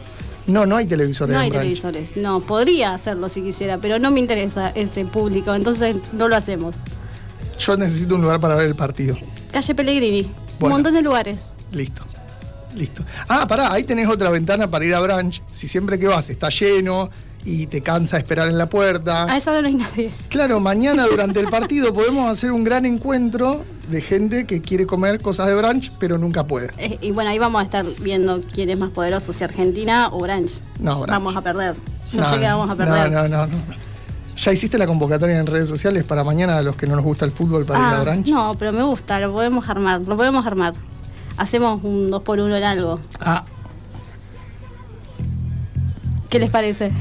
Speaker 3: No, no hay televisores
Speaker 10: no
Speaker 3: en
Speaker 10: hay
Speaker 3: Branch.
Speaker 10: televisores. No, podría hacerlo si quisiera, pero no me interesa ese público, entonces no lo hacemos.
Speaker 3: Yo necesito un lugar para ver el partido.
Speaker 10: Calle Pellegrini. Un
Speaker 3: Bueno.
Speaker 10: montón de lugares.
Speaker 3: Listo. Listo. Ah, pará, ahí tenés otra ventana para ir a Branch. Si siempre que vas está lleno y te cansa esperar en la puerta.
Speaker 10: A esa hora no hay nadie.
Speaker 3: Claro, mañana durante el partido podemos hacer un gran encuentro de gente que quiere comer cosas de brunch, pero nunca puede.
Speaker 10: Eh, y bueno, ahí vamos a estar viendo quién es más poderoso, si Argentina o Branch.
Speaker 3: No, Branch.
Speaker 10: Vamos a perder. No, sé qué vamos a
Speaker 3: no,
Speaker 10: perder.
Speaker 3: No, no, no, no. ¿Ya hiciste la convocatoria en redes sociales para mañana a los que no nos gusta el fútbol para ir
Speaker 10: Ah,
Speaker 3: a brunch?
Speaker 10: no, pero me gusta, lo podemos armar, lo podemos armar. Hacemos un 2 por 1 en algo.
Speaker 2: Ah,
Speaker 10: ¿Qué les parece?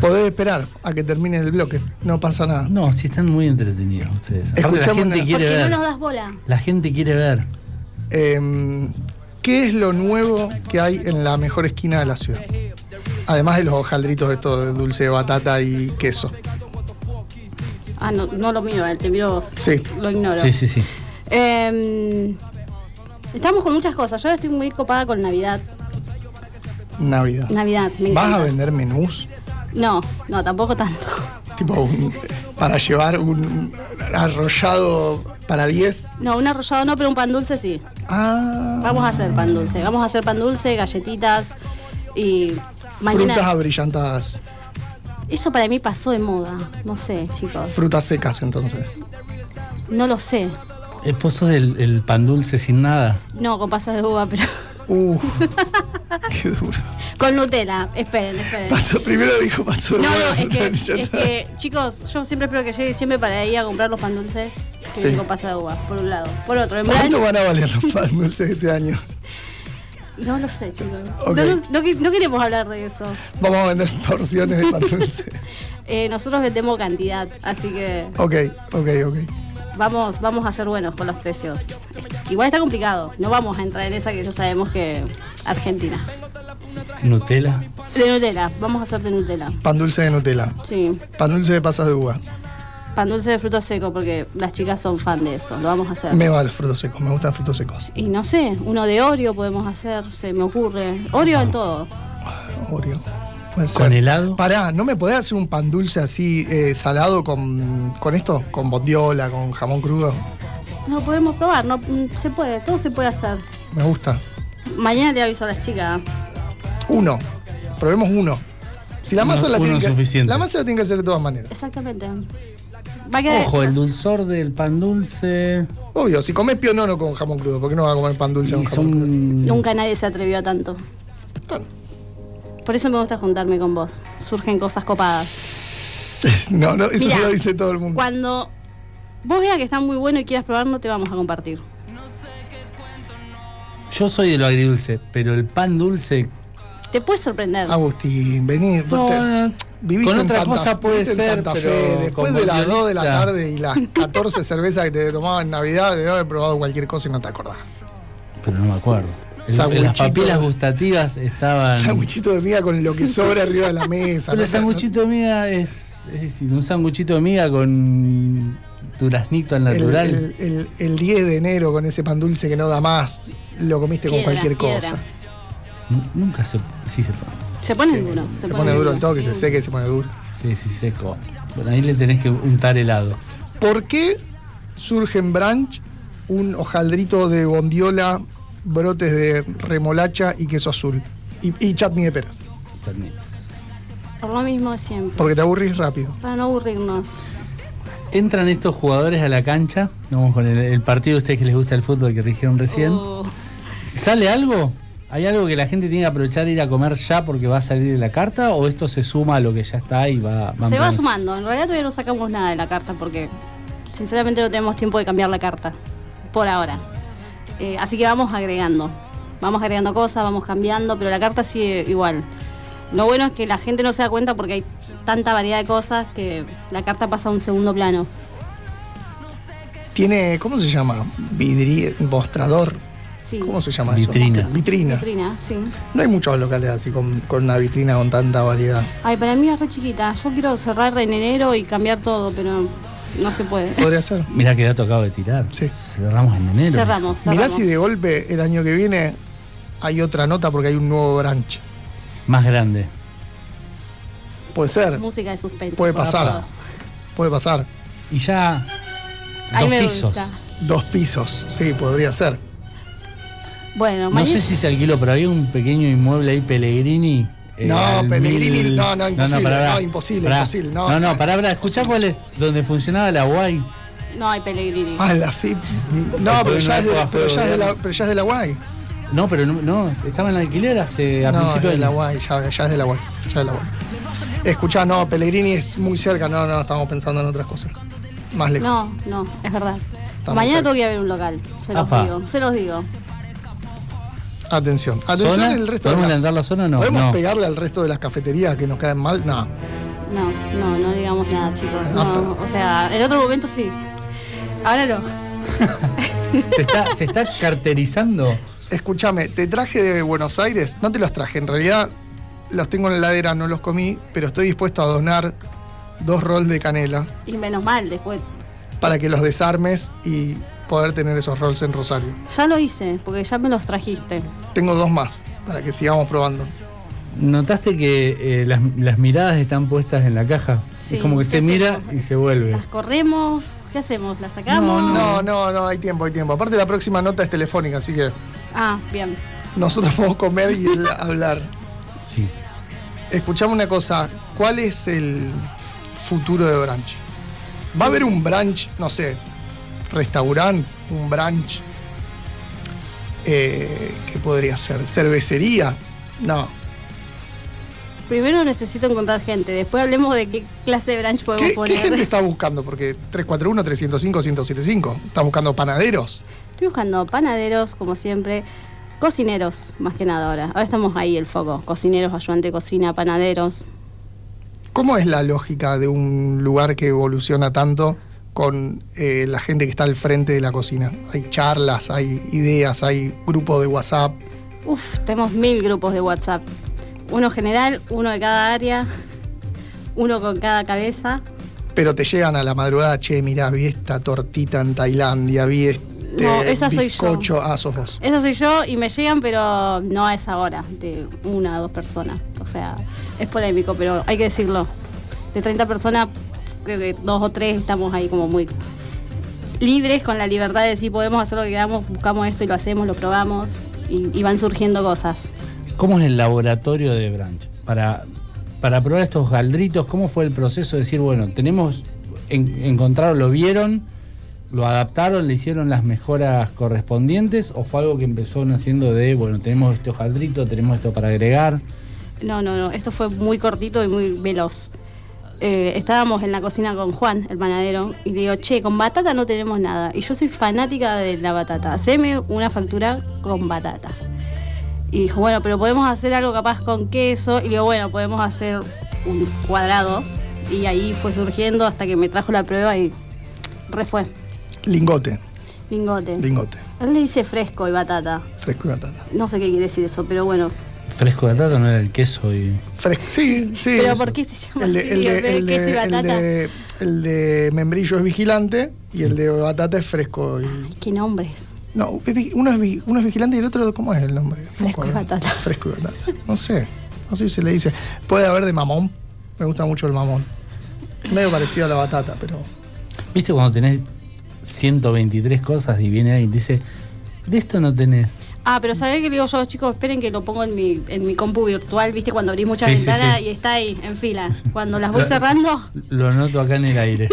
Speaker 3: Podés esperar a que termine el bloque, no pasa nada.
Speaker 2: no, sí están muy entretenidos ustedes. Aparte, la
Speaker 3: Escuchamos
Speaker 2: gente
Speaker 3: una-
Speaker 10: ¿Por
Speaker 2: quiere
Speaker 10: qué no
Speaker 2: ver.
Speaker 10: nos das bola?
Speaker 2: La gente quiere ver.
Speaker 3: Em, ¿Qué es lo nuevo que hay en la mejor esquina de la ciudad? Además de los hojaldritos estos de dulce de batata y queso.
Speaker 10: Ah, no, no lo miro, eh, te miro vos.
Speaker 3: Sí.
Speaker 10: Lo ignoro.
Speaker 2: Sí, sí, sí.
Speaker 10: Em, estamos con muchas cosas. Yo estoy muy copada con Navidad.
Speaker 3: Navidad.
Speaker 10: Navidad, me
Speaker 3: ¿Vas a
Speaker 10: encanta.
Speaker 3: vender menús?
Speaker 10: No, no, tampoco tanto.
Speaker 3: Tipo, un- para llevar un arrollado para 10.
Speaker 10: No, un arrollado no, pero un pan dulce sí.
Speaker 3: Ah,
Speaker 10: Vamos a hacer pan dulce. Vamos a hacer pan dulce, galletitas y mañana.
Speaker 3: frutas abrillantadas,
Speaker 10: Eso para mí pasó de moda. No sé, chicos.
Speaker 3: frutas secas entonces.
Speaker 10: No lo sé.
Speaker 2: Esposo del el pan dulce sin nada.
Speaker 10: No, con pasas de uva, pero
Speaker 3: Uh, qué duro.
Speaker 10: Con Nutella, esperen, esperen.
Speaker 3: Pasó, primero dijo pasó.
Speaker 10: No, no,
Speaker 3: bueno,
Speaker 10: es
Speaker 3: ya
Speaker 10: que, es
Speaker 3: está.
Speaker 10: que, chicos, yo siempre espero que llegue diciembre para ir a comprar los pan dulces que
Speaker 3: Sí.
Speaker 10: vienen con pasa de uva, por un lado. Por otro, en
Speaker 3: ¿Cuánto
Speaker 10: verano-
Speaker 3: van a valer los pan dulces este año?
Speaker 10: No lo sé, chicos.
Speaker 3: Ok.
Speaker 10: No, nos- no que- no queremos hablar de eso.
Speaker 3: Vamos a vender porciones de pan dulce.
Speaker 10: Eh, nosotros vendemos cantidad, así que
Speaker 3: Ok, ok, ok.
Speaker 10: vamos, vamos a ser buenos con los precios. Igual está complicado, no vamos a entrar en esa que ya sabemos que Argentina.
Speaker 2: Nutella.
Speaker 10: De Nutella, vamos a hacer de Nutella.
Speaker 3: Pan dulce de Nutella.
Speaker 10: Sí,
Speaker 3: Pan dulce de pasas de uva.
Speaker 10: pan dulce de fruto seco, porque las chicas son fan de eso, lo vamos a hacer.
Speaker 3: Me va los frutos secos, me gustan frutos secos.
Speaker 10: Y no sé, uno de Oreo podemos hacer, se me ocurre. Oreo en todo.
Speaker 3: Oreo. Puede ser.
Speaker 2: ¿Con helado?
Speaker 3: Pará, ¿no me podés hacer un pan dulce así eh, salado con, con esto? Con bondiola, con jamón crudo.
Speaker 10: No podemos probar, no mm, se puede, todo se puede hacer.
Speaker 3: Me gusta.
Speaker 10: Mañana le aviso a las chicas.
Speaker 3: Uno. Probemos uno. Si la
Speaker 2: Uno-
Speaker 3: masa la
Speaker 2: uno
Speaker 3: tiene
Speaker 2: es
Speaker 3: que,
Speaker 2: suficiente.
Speaker 3: La masa la tiene que hacer de todas maneras.
Speaker 10: Exactamente. Va a quedar.
Speaker 2: Ojo, el dulzor del pan dulce.
Speaker 3: Obvio, si comes pionono con jamón crudo, ¿por qué no vas a comer pan dulce con
Speaker 2: Y
Speaker 3: jamón crudo?
Speaker 2: son-
Speaker 10: Nunca nadie se atrevió a tanto.
Speaker 3: Bueno,
Speaker 10: Por eso me gusta juntarme con vos. Surgen cosas copadas.
Speaker 3: No, no, eso
Speaker 10: Mirá,
Speaker 3: no lo dice todo el mundo.
Speaker 10: Cuando vos veas que está muy bueno y quieras probarlo, te vamos a compartir.
Speaker 2: Yo soy de lo agridulce, pero el pan dulce.
Speaker 10: Te puede sorprender.
Speaker 3: Ah, Agustín, vení. vos te-
Speaker 2: No, eh,
Speaker 3: viviste
Speaker 2: con
Speaker 3: en
Speaker 2: otra
Speaker 3: Santa-
Speaker 2: cosa puede
Speaker 3: viviste en
Speaker 2: ser,
Speaker 3: Santa
Speaker 2: pero
Speaker 3: Fe, después
Speaker 2: con
Speaker 3: de las 2 de la
Speaker 2: bondiola.
Speaker 3: tarde y las 14 cervezas que te tomaba en Navidad, de haber probado cualquier cosa y no te acordás.
Speaker 2: Pero no me acuerdo. El-
Speaker 3: Sanguchito.
Speaker 2: Las papilas gustativas estaban.
Speaker 3: Sanguchito de miga con lo que sobra arriba de la mesa.
Speaker 2: Pero
Speaker 3: ¿no?
Speaker 2: Ah, el sanguchito de miga es, es distinto. Un sanguchito de miga con duraznito al
Speaker 3: El,
Speaker 2: natural.
Speaker 3: el- el- el 10 de enero con ese pan dulce que no da más, lo comiste con
Speaker 10: Piedra,
Speaker 3: cualquier
Speaker 10: piedra.
Speaker 3: cosa.
Speaker 2: Nu- Nunca se. Sí, se
Speaker 10: Se pone duro.
Speaker 3: Se pone duro el toque, se seque, se pone duro.
Speaker 2: Sí, sí, seco. Bueno, ahí le tenés que untar helado.
Speaker 3: ¿Por qué surge en Branch un hojaldrito de bondiola, brotes de remolacha y queso azul? Y, y chutney de peras.
Speaker 2: También.
Speaker 10: Por lo mismo de siempre.
Speaker 3: Porque te aburrís rápido.
Speaker 10: Para no aburrirnos.
Speaker 2: Entran estos jugadores a la cancha. Vamos con el, el partido de ustedes que les gusta el fútbol que dijeron recién.
Speaker 10: Oh,
Speaker 2: ¿Sale algo? ¿Hay algo que la gente tiene que aprovechar e ir a comer ya porque va a salir de la carta? ¿O esto se suma a lo que ya está y va,
Speaker 10: se va
Speaker 2: ampliando?
Speaker 10: sumando. En realidad todavía no sacamos nada de la carta porque sinceramente no tenemos tiempo de cambiar la carta. Por ahora. Eh, así que vamos agregando. Vamos agregando cosas, vamos cambiando, pero la carta sigue igual. Lo bueno es que la gente no se da cuenta porque hay tanta variedad de cosas que la carta pasa a un segundo plano.
Speaker 3: Tiene, ¿cómo se llama? Vidri, mostrador.
Speaker 10: Sí.
Speaker 3: ¿Cómo se llama
Speaker 2: Vitrina.
Speaker 3: eso? Vitrina.
Speaker 10: Vitrina, sí.
Speaker 3: No hay muchos locales así con, con una vitrina con tanta variedad.
Speaker 10: Ay, para mí es re chiquita. Yo quiero cerrar en enero y cambiar todo, pero no se puede.
Speaker 3: Podría ser.
Speaker 2: Mirá que dato acabo de tirar.
Speaker 3: Sí.
Speaker 2: Cerramos en enero.
Speaker 10: Cerramos, cerramos.
Speaker 3: Mirá si de golpe el año que viene hay otra nota porque hay un nuevo branch.
Speaker 2: Más grande.
Speaker 3: Puede ser,
Speaker 10: Música de suspense.
Speaker 3: Puede
Speaker 10: por
Speaker 3: pasar.
Speaker 10: favor.
Speaker 3: puede pasar.
Speaker 2: Y ya.
Speaker 10: Ahí
Speaker 2: dos
Speaker 10: me
Speaker 2: pisos.
Speaker 10: gusta.
Speaker 3: Dos pisos, sí, podría ser.
Speaker 10: Bueno,
Speaker 2: No sé
Speaker 10: mañana.
Speaker 2: si se alquiló, pero había un pequeño inmueble ahí, Pellegrini. eh,
Speaker 3: No,
Speaker 2: al
Speaker 3: Pellegrini, no, no, imposible, no, imposible,
Speaker 2: pará.
Speaker 3: imposible, no.
Speaker 2: no, pará, pará, escuchá cuál es. Donde funcionaba la Guay.
Speaker 10: No hay Pellegrini.
Speaker 3: Ah, la FIP. No, pero ya, es de, pero ya es de la, pero ya es de la UAI.
Speaker 2: No, pero no, no, estaba en alquiler hace. A
Speaker 3: No,
Speaker 2: ¿eh?
Speaker 3: es
Speaker 2: principio
Speaker 3: de
Speaker 2: del-
Speaker 3: la UAI, ya, ya es de la UAI. Ya es de la UAI. Escuchá, no, Pellegrini es muy cerca. No, no, estamos pensando en otras cosas. Más lejos.
Speaker 10: No, no, es verdad.
Speaker 3: Estamos
Speaker 10: mañana
Speaker 3: cerca.
Speaker 10: tengo que ir a ver un local. Se los
Speaker 2: Apa.
Speaker 10: digo, se los digo.
Speaker 3: Atención. Atención
Speaker 2: ¿Zona?
Speaker 3: el resto de
Speaker 2: ¿Podemos
Speaker 3: la-
Speaker 2: adelantar la zona o no?
Speaker 3: ¿Podemos
Speaker 2: No.
Speaker 3: pegarle al resto de las cafeterías que nos caen mal? No.
Speaker 10: No, no, no digamos nada, chicos.
Speaker 3: Ah,
Speaker 10: No,
Speaker 3: pero-
Speaker 10: o sea, en otro momento sí. Ahora no.
Speaker 2: Se está, se está carterizando.
Speaker 3: Escúchame, te traje de Buenos Aires. No te los traje, en realidad los tengo en la heladera, no los comí, pero estoy dispuesto a donar dos rolls de canela
Speaker 10: Y menos mal, después.
Speaker 3: para que los desarmes y poder tener esos rolls en Rosario.
Speaker 10: Ya lo hice, porque ya me los trajiste.
Speaker 3: Tengo dos más para que sigamos probando.
Speaker 2: ¿Notaste que eh, las, las miradas están puestas en la caja?
Speaker 10: Sí,
Speaker 2: es como que
Speaker 10: ¿qué
Speaker 2: se mira
Speaker 10: hacemos?
Speaker 2: y se vuelve.
Speaker 10: Las corremos, ¿qué hacemos? ¿Las sacamos?
Speaker 3: No, no, no, hay tiempo, hay tiempo. Aparte la próxima nota es telefónica, así que
Speaker 10: Ah, bien.
Speaker 3: nosotros podemos comer y él hablar.
Speaker 2: Sí.
Speaker 3: Escuchame una cosa, ¿cuál es el futuro de Branch? ¿Va a haber un Branch, no sé, restaurante, un Branch eh, que podría ser? ¿Cervecería? No.
Speaker 10: Primero necesito encontrar gente, después hablemos de qué clase de branch podemos
Speaker 3: ¿Qué, qué
Speaker 10: poner.
Speaker 3: gente está buscando? Porque 341, 305, 1075. ¿Está buscando panaderos?
Speaker 10: Estoy buscando panaderos, como siempre, cocineros, más que nada ahora. Ahora estamos ahí el foco. Cocineros, ayudante de cocina, panaderos.
Speaker 3: ¿Cómo es la lógica de un lugar que evoluciona tanto con eh, la gente que está al frente de la cocina? Hay charlas, hay ideas, hay grupos de WhatsApp.
Speaker 10: Uf, tenemos mil grupos de WhatsApp. Uno general, uno de cada área, uno con cada cabeza.
Speaker 3: Pero te llegan a la madrugada, che, mirá, vi esta tortita en Tailandia, vi este
Speaker 10: No, esa soy yo.
Speaker 3: bizcocho". Ah, sos vos.
Speaker 10: Esa soy yo y me llegan, pero no a esa hora, de una o dos personas. O sea, es polémico, pero hay que decirlo. De 30 personas, creo que dos o tres estamos ahí como muy libres con la libertad de decir podemos hacer lo que queramos, buscamos esto y lo hacemos, lo probamos y, y van surgiendo cosas.
Speaker 2: ¿Cómo es el laboratorio de Branch? Para, para probar estos galdritos, ¿cómo fue el proceso de decir, bueno, tenemos, en- encontraron, lo vieron, lo adaptaron, le hicieron las mejoras correspondientes o fue algo que empezó haciendo de, bueno, tenemos estos galdritos, tenemos esto para agregar?
Speaker 10: No, no, no, esto fue muy cortito y muy veloz. Eh, estábamos en la cocina con Juan, el panadero, y le digo, che, con batata no tenemos nada. Y yo soy fanática de la batata. Haceme una factura con batata. Y dijo, bueno, pero podemos hacer algo capaz con queso. Y le digo, bueno, podemos hacer un cuadrado. Y ahí fue surgiendo hasta que me trajo la prueba y re fue.
Speaker 3: Lingote,
Speaker 10: Lingote.
Speaker 3: lingote,
Speaker 10: Él le dice fresco y batata.
Speaker 3: fresco y batata.
Speaker 10: No sé qué quiere decir eso, pero bueno.
Speaker 2: Fresco de trato no era el queso y...
Speaker 3: Fresco, sí, sí.
Speaker 10: ¿Pero por qué se llama
Speaker 3: El de,
Speaker 10: así?
Speaker 3: el,
Speaker 10: en
Speaker 3: de,
Speaker 10: vez de
Speaker 3: el,
Speaker 10: queso y
Speaker 3: de, el
Speaker 10: batata.
Speaker 3: de- el de membrillo es vigilante y el de batata es fresco. y-
Speaker 10: ¿Qué nombres?
Speaker 3: no, es vi- uno es, vi- uno es vigilante y el otro, ¿cómo es el nombre? No
Speaker 10: Fresco y
Speaker 3: acuerdo.
Speaker 10: batata.
Speaker 3: Fresco y batata. No sé, no sé si se le dice. Puede haber de mamón, me gusta mucho el mamón. Medio parecido a la batata, pero
Speaker 2: ¿Viste cuando tenés 123 cosas y viene alguien y te dice, de esto no tenés?
Speaker 10: Ah, pero ¿sabés que le digo yo, chicos? Esperen que lo pongo en mi, en mi compu virtual, ¿viste? Cuando abrís muchas
Speaker 2: Sí, sí,
Speaker 10: ventanas
Speaker 2: sí.
Speaker 10: y está ahí, en fila. Cuando las voy
Speaker 2: Lo-
Speaker 10: cerrando,
Speaker 2: Lo noto acá en el aire.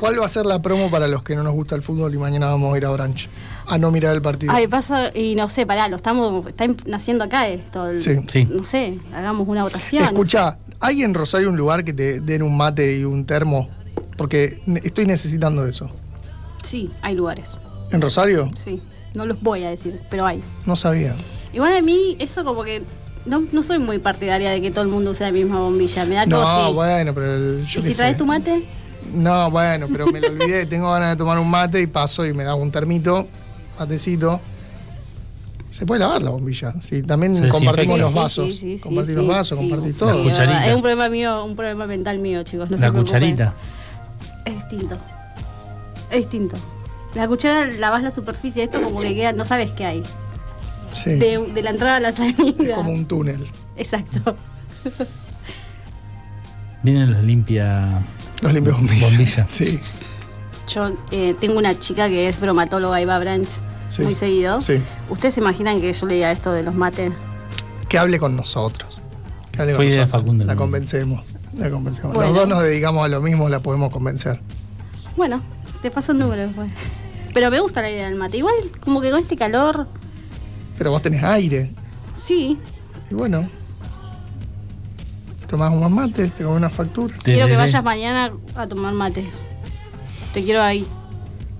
Speaker 3: ¿cuál va a ser la promo para los que no nos gusta el fútbol y mañana vamos a ir a Branch a no mirar el partido?
Speaker 10: ay, pasa, y no sé, pará, lo estamos, está em- naciendo acá esto. el-
Speaker 3: Sí.
Speaker 2: Sí.
Speaker 10: No sé, hagamos una votación.
Speaker 3: Escucha, ¿hay en Rosario un lugar que te den un mate y un termo? Porque ne- estoy necesitando eso.
Speaker 10: Sí, hay lugares,
Speaker 3: ¿En Rosario?
Speaker 10: sí. No los voy a decir, pero hay.
Speaker 3: No sabía.
Speaker 10: Igual a mí, eso como que no, no soy muy partidaria de que todo el mundo use la misma bombilla. Me da
Speaker 3: No,
Speaker 10: como si...
Speaker 3: bueno, pero el- yo
Speaker 10: Ah, ¿Y
Speaker 3: qué
Speaker 10: si
Speaker 3: sé.
Speaker 10: traes tu mate?
Speaker 3: No, bueno, pero me lo olvidé. Tengo ganas de tomar un mate y paso y me da un termito, matecito. Se puede lavar la bombilla. Sí, también
Speaker 2: Se
Speaker 3: compartimos
Speaker 2: desinfecta.
Speaker 3: los
Speaker 2: Sí,
Speaker 3: vasos.
Speaker 10: sí, sí, sí,
Speaker 3: compartí
Speaker 10: sí,
Speaker 3: los vasos,
Speaker 10: sí.
Speaker 3: compartí
Speaker 10: Sí,
Speaker 3: todo.
Speaker 10: es
Speaker 2: La cucharita.
Speaker 10: verdad, Es un problema mío, un problema mental mío, chicos. no se
Speaker 2: La
Speaker 10: preocupen.
Speaker 2: cucharita.
Speaker 10: Es distinto. Es distinto. La cuchara lavas la superficie, esto como que queda, no sabes qué hay.
Speaker 3: Sí,
Speaker 10: De, de la entrada a la
Speaker 3: es
Speaker 10: salida.
Speaker 3: como un túnel.
Speaker 10: Exacto.
Speaker 2: Vienen los limpia...
Speaker 3: Los limpios bombillas.
Speaker 2: Bombilla.
Speaker 3: Sí,
Speaker 10: Yo eh, tengo una chica que es bromatóloga y va a branch
Speaker 3: Sí.
Speaker 10: muy seguido.
Speaker 3: Sí.
Speaker 10: ¿Ustedes se imaginan que yo leía esto de los mates?
Speaker 3: que hable con nosotros. Que hable con
Speaker 2: Fue idea de
Speaker 3: nosotros.
Speaker 2: Facundo
Speaker 3: La
Speaker 2: también.
Speaker 3: convencemos. La convencemos.
Speaker 10: Bueno.
Speaker 3: Los dos nos dedicamos a lo mismo, la podemos convencer.
Speaker 10: Bueno, te paso el número después. Pero me gusta la idea del mate. Igual, como que con este calor,
Speaker 3: Pero vos tenés aire.
Speaker 10: sí.
Speaker 3: Y bueno. Tomás un buen mate, te comes una factura.
Speaker 10: Quiero que
Speaker 2: Tereré.
Speaker 10: vayas mañana a tomar mate. Te quiero ahí.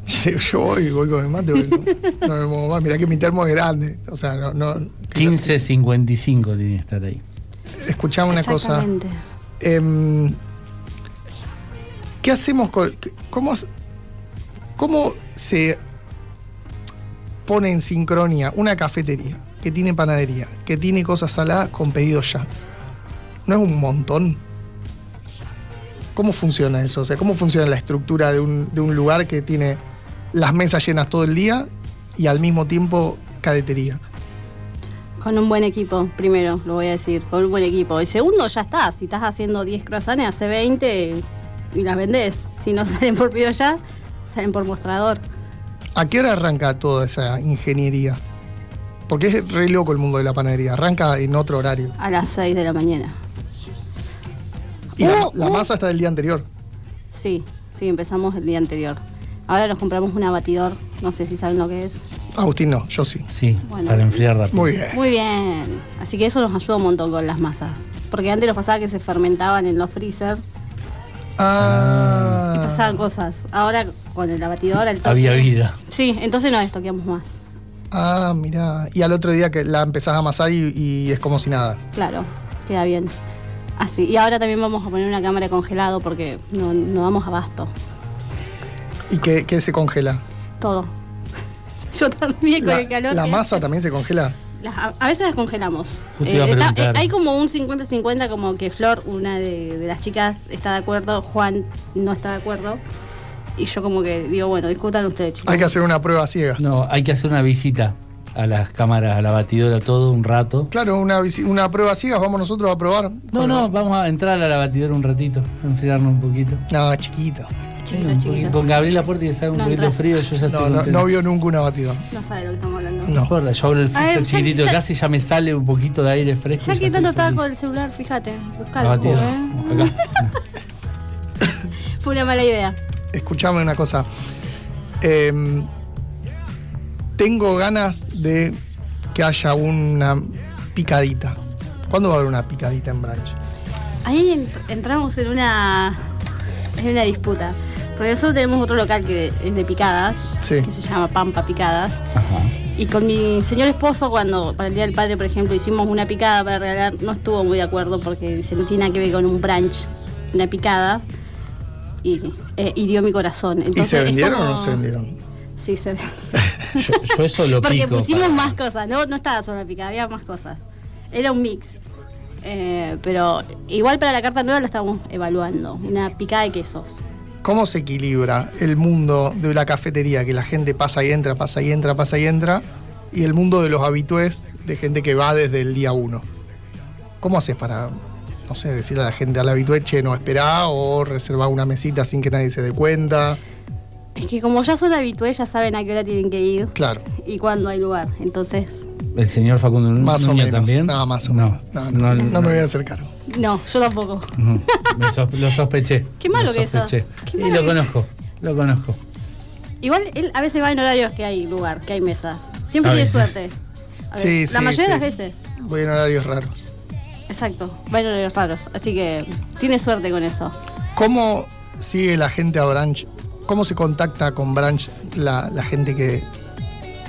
Speaker 3: Sí, Yo voy, voy con el mate, porque no, no me muevo más. Mirá que mi termo es grande. O sea, no, no.
Speaker 2: 15.55 tiene que estar ahí.
Speaker 3: Escuchame una cosa.
Speaker 10: Exactamente.
Speaker 3: Em, ¿Qué hacemos con. Cómo, hace- ¿Cómo se pone en sincronía una cafetería que tiene panadería, que tiene cosas saladas con pedidos ya? ¿No es un montón? ¿Cómo funciona eso? O sea, ¿cómo funciona la estructura de un, de un lugar que tiene las mesas llenas todo el día y al mismo tiempo cadetería?
Speaker 10: Con un buen equipo, primero, lo voy a decir, con un buen equipo. Y segundo, ya está, si estás haciendo 10 croissants, hace 20 y las vendés. Si no salen por pido ya, salen por mostrador.
Speaker 3: ¿A qué hora arranca toda esa ingeniería? Porque es re loco el mundo de la panadería. Arranca en otro horario.
Speaker 10: A las 6 de la mañana.
Speaker 3: Y la,
Speaker 10: Oh,
Speaker 3: la
Speaker 10: oh.
Speaker 3: masa está del día anterior.
Speaker 10: Sí, sí, empezamos el día anterior. Ahora nos compramos un abatidor No sé si saben lo que es.
Speaker 3: Agustín no, yo sí.
Speaker 2: Sí,
Speaker 10: Bueno.
Speaker 2: para enfriar rápido.
Speaker 3: Muy bien.
Speaker 10: Muy bien. Así que eso nos ayuda un montón con las masas. Porque antes los pasaba que se fermentaban en los freezer y
Speaker 3: Ah,
Speaker 10: pasaban cosas. Ahora con el abatidor, el toque.
Speaker 2: Había vida.
Speaker 10: Sí, entonces no estoqueamos más.
Speaker 3: ah, mirá. Y al otro día que la empezás a amasar y, y es como si nada.
Speaker 10: Claro, queda bien. Así. Y ahora también vamos a poner una cámara de congelado porque no, no damos abasto.
Speaker 3: ¿Y que, se congela?
Speaker 10: Todo. Yo también con
Speaker 3: La,
Speaker 10: el calor.
Speaker 3: la
Speaker 10: que-
Speaker 3: masa también se congela.
Speaker 10: Las- a, a veces las congelamos.
Speaker 2: Justo iba a
Speaker 10: Eh, está-
Speaker 2: preguntar.
Speaker 10: eh, hay como un 50-50, como que Flor, una de, de las chicas, está de acuerdo, Juan no está de acuerdo. Y yo como que digo, bueno, discutan ustedes, chicos.
Speaker 3: Hay que hacer una prueba a ciegas.
Speaker 2: No, hay que hacer una visita a las cámaras, a la batidora, todo un rato.
Speaker 3: Claro, una, visi- una prueba a ciegas, vamos nosotros a probar.
Speaker 2: No, no, vamos a entrar a la batidora un ratito, a enfriarnos un poquito.
Speaker 3: No, chiquito.
Speaker 10: Chiquito,
Speaker 2: Sí, un
Speaker 10: chiquito.
Speaker 2: poquito. Con Gabriela Porti que sabe un
Speaker 10: No
Speaker 2: poquito
Speaker 10: entras.
Speaker 2: frío, yo ya
Speaker 3: No,
Speaker 2: estoy
Speaker 3: no,
Speaker 2: contento.
Speaker 3: no vio nunca una batida.
Speaker 10: No sabe de lo que estamos hablando.
Speaker 2: No
Speaker 3: No.
Speaker 2: importa, yo abro el freezer
Speaker 10: ver, ya-
Speaker 2: chiquitito
Speaker 10: ya-
Speaker 2: casi ya me sale un poquito de aire fresco.
Speaker 10: Ya
Speaker 2: y
Speaker 10: que
Speaker 2: estoy
Speaker 10: tanto estaba
Speaker 2: feliz.
Speaker 10: con el celular, fíjate,
Speaker 2: La
Speaker 3: Ah,
Speaker 10: buscalo.
Speaker 2: batidora.
Speaker 10: ¿eh?
Speaker 2: Acá.
Speaker 10: Fue una mala idea.
Speaker 3: Escuchame una cosa. Em, tengo ganas de que haya una picadita. ¿Cuándo va a haber una picadita en Branch?
Speaker 10: Ahí ent- entramos en una en una disputa. Porque nosotros tenemos otro local que es de picadas,
Speaker 3: Sí.
Speaker 10: que se llama Pampa Picadas.
Speaker 2: Ajá.
Speaker 10: Y con mi señor esposo, cuando para el Día del Padre, por ejemplo, hicimos una picada para regalar, no estuvo muy de acuerdo porque dice, no tiene nada que ver con un brunch, una picada, y eh, hirió mi corazón.
Speaker 3: ¿Y
Speaker 10: Entonces,
Speaker 3: se
Speaker 10: es
Speaker 3: vendieron
Speaker 10: como-
Speaker 3: o no se vendieron?
Speaker 10: Sí, se vendieron.
Speaker 2: Yo, yo eso lo
Speaker 10: Porque
Speaker 2: pico.
Speaker 10: pusimos
Speaker 2: para-
Speaker 10: más cosas, no, no estaba solo la picada, había más cosas. Era un mix. Eh, pero igual para la carta nueva la estamos evaluando, una picada de quesos.
Speaker 3: ¿Cómo se equilibra el mundo de la cafetería? Que la gente pasa y entra, pasa y entra, pasa y entra. Y el mundo de los habitués, de gente que va desde el día uno. ¿Cómo haces para, no sé, decirle a la gente al habitué, che, no esperá o reservar una mesita sin que nadie se dé cuenta?
Speaker 10: Es que como ya son habitués, ya saben a qué hora tienen que ir
Speaker 3: Claro.
Speaker 10: y cuándo hay lugar. Entonces,
Speaker 2: El señor Facundo Nuño
Speaker 3: Más o menos.
Speaker 2: Mm, también.
Speaker 3: No, más o
Speaker 2: No,
Speaker 3: menos. No, no, no, me voy a hacer cargo.
Speaker 10: no, yo tampoco.
Speaker 2: no. Me sos- lo sospeché.
Speaker 10: Qué malo
Speaker 2: lo
Speaker 10: que sos.
Speaker 2: sospeché.
Speaker 10: Qué
Speaker 2: Y
Speaker 10: malo
Speaker 2: lo
Speaker 10: que-
Speaker 2: conozco, lo conozco.
Speaker 10: Igual él a veces va en horarios que hay lugar, que hay mesas. Siempre
Speaker 2: A
Speaker 10: tiene
Speaker 2: veces.
Speaker 10: suerte. A
Speaker 3: Sí,
Speaker 10: veces. la
Speaker 3: sí,
Speaker 10: mayoría de
Speaker 3: sí.
Speaker 10: las veces.
Speaker 3: Voy en horarios raros.
Speaker 10: Exacto, va en horarios raros. Así que tiene suerte con eso.
Speaker 3: ¿Cómo sigue la gente a Branch? ¿Cómo se contacta con Branch la, la gente que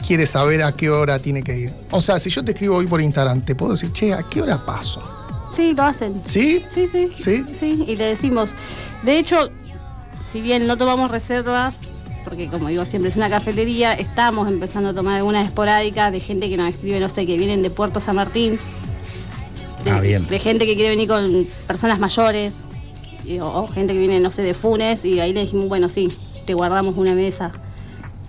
Speaker 3: quiere saber a qué hora tiene que ir? O sea, si yo te escribo hoy por Instagram, te puedo decir, che, ¿a qué hora paso?
Speaker 10: Sí, lo hacen.
Speaker 3: ¿Sí?
Speaker 10: Sí, sí.
Speaker 3: ¿Sí?
Speaker 10: y le decimos. De hecho, si bien no tomamos reservas, porque como digo siempre es una cafetería, estamos empezando a tomar algunas esporádicas de gente que nos escribe, no sé, que vienen de Puerto San Martín. De,
Speaker 2: Ah, bien.
Speaker 10: de gente que quiere venir con personas mayores, y- o, o gente que viene, no sé, de Funes, y ahí le dijimos, bueno, sí, te guardamos una mesa.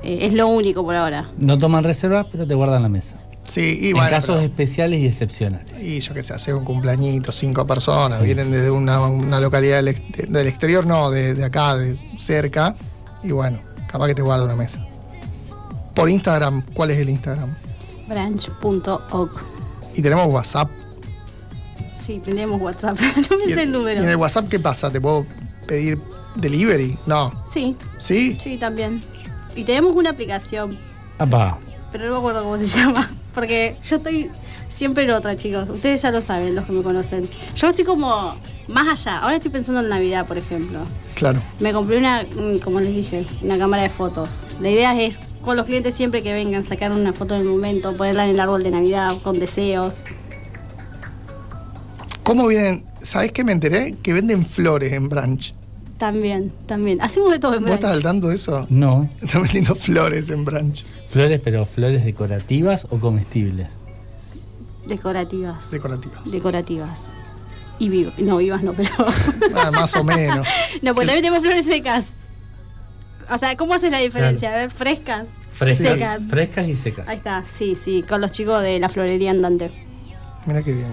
Speaker 10: Eh, es lo único por ahora.
Speaker 2: No toman reservas, pero te guardan la mesa.
Speaker 3: Sí, y
Speaker 2: en
Speaker 3: bueno.
Speaker 2: casos
Speaker 3: pero-
Speaker 2: especiales y excepcionales.
Speaker 3: Y yo qué sé, hace un cumpleañito, cinco personas, vienen desde una, una localidad del, ex- de- del exterior, no, de, de acá, de cerca. Y bueno, capaz que te guardo una mesa. Por Instagram, ¿cuál es el Instagram?
Speaker 10: Branch.org.
Speaker 3: Y tenemos WhatsApp.
Speaker 10: Sí, tenemos WhatsApp, no me
Speaker 3: ¿Y
Speaker 10: sé el
Speaker 3: y en el
Speaker 10: número.
Speaker 3: WhatsApp qué pasa? ¿Te puedo pedir delivery? No.
Speaker 10: Sí,
Speaker 3: ¿Sí?
Speaker 10: Sí, también. Y tenemos una aplicación,
Speaker 2: Apa,
Speaker 10: pero no me acuerdo cómo se llama. Porque yo estoy siempre en otra, chicos. Ustedes ya lo saben, los que me conocen. Yo estoy como más allá. Ahora estoy pensando en Navidad, por ejemplo.
Speaker 3: Claro.
Speaker 10: Me compré una, mm, como les dije, una cámara de fotos. La idea es con los clientes siempre que vengan sacar una foto en el momento, ponerla en el árbol de Navidad con deseos.
Speaker 3: ¿Cómo vienen? ¿Sabés qué me enteré? Que venden flores en Branch.
Speaker 10: También, también. Hacemos de todo en
Speaker 3: ¿Vos estás al
Speaker 10: Branch.
Speaker 3: tanto de eso?
Speaker 2: no.
Speaker 3: Están vendiendo flores en Branch.
Speaker 2: Flores, pero flores decorativas o comestibles.
Speaker 10: Decorativas.
Speaker 3: Decorativas.
Speaker 10: Decorativas. Y vivas. No, vivas no, pero.
Speaker 3: Ah, más o menos.
Speaker 10: No, pues también tenemos flores secas. O sea, ¿cómo haces la diferencia? A ver, frescas.
Speaker 2: Frescas,
Speaker 10: Secas.
Speaker 2: frescas y secas.
Speaker 10: Ahí está, sí, sí, con los chicos de la florería andante.
Speaker 3: Mira qué bien.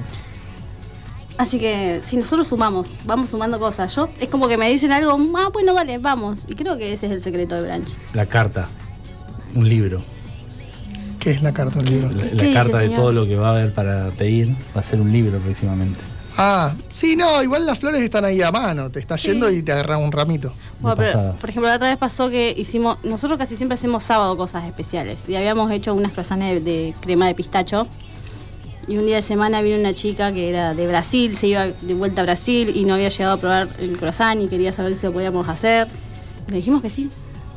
Speaker 10: Así que si nosotros sumamos, vamos sumando cosas. Yo es como que me dicen algo, ah, bueno, vale, vamos. Y creo que ese es el secreto de Branch.
Speaker 2: La carta, un libro.
Speaker 3: ¿Qué es la carta del libro?
Speaker 2: La,
Speaker 10: ¿Qué
Speaker 2: la
Speaker 10: dice,
Speaker 2: carta de
Speaker 10: señor?
Speaker 2: todo lo que va a haber para pedir va a ser un libro próximamente.
Speaker 3: Ah, sí, no, igual las flores están ahí a mano. Te estás
Speaker 10: Sí.
Speaker 3: yendo y te agarras un ramito.
Speaker 10: Bueno, pero,
Speaker 2: pasada.
Speaker 10: por ejemplo, la otra vez pasó que hicimos, nosotros casi siempre hacemos sábado cosas especiales y habíamos hecho unas croissants de, de crema de pistacho y un día de semana vino una chica que era de Brasil, se iba de vuelta a Brasil y no había llegado a probar el croissant y quería saber si lo podíamos hacer. Y le dijimos que sí.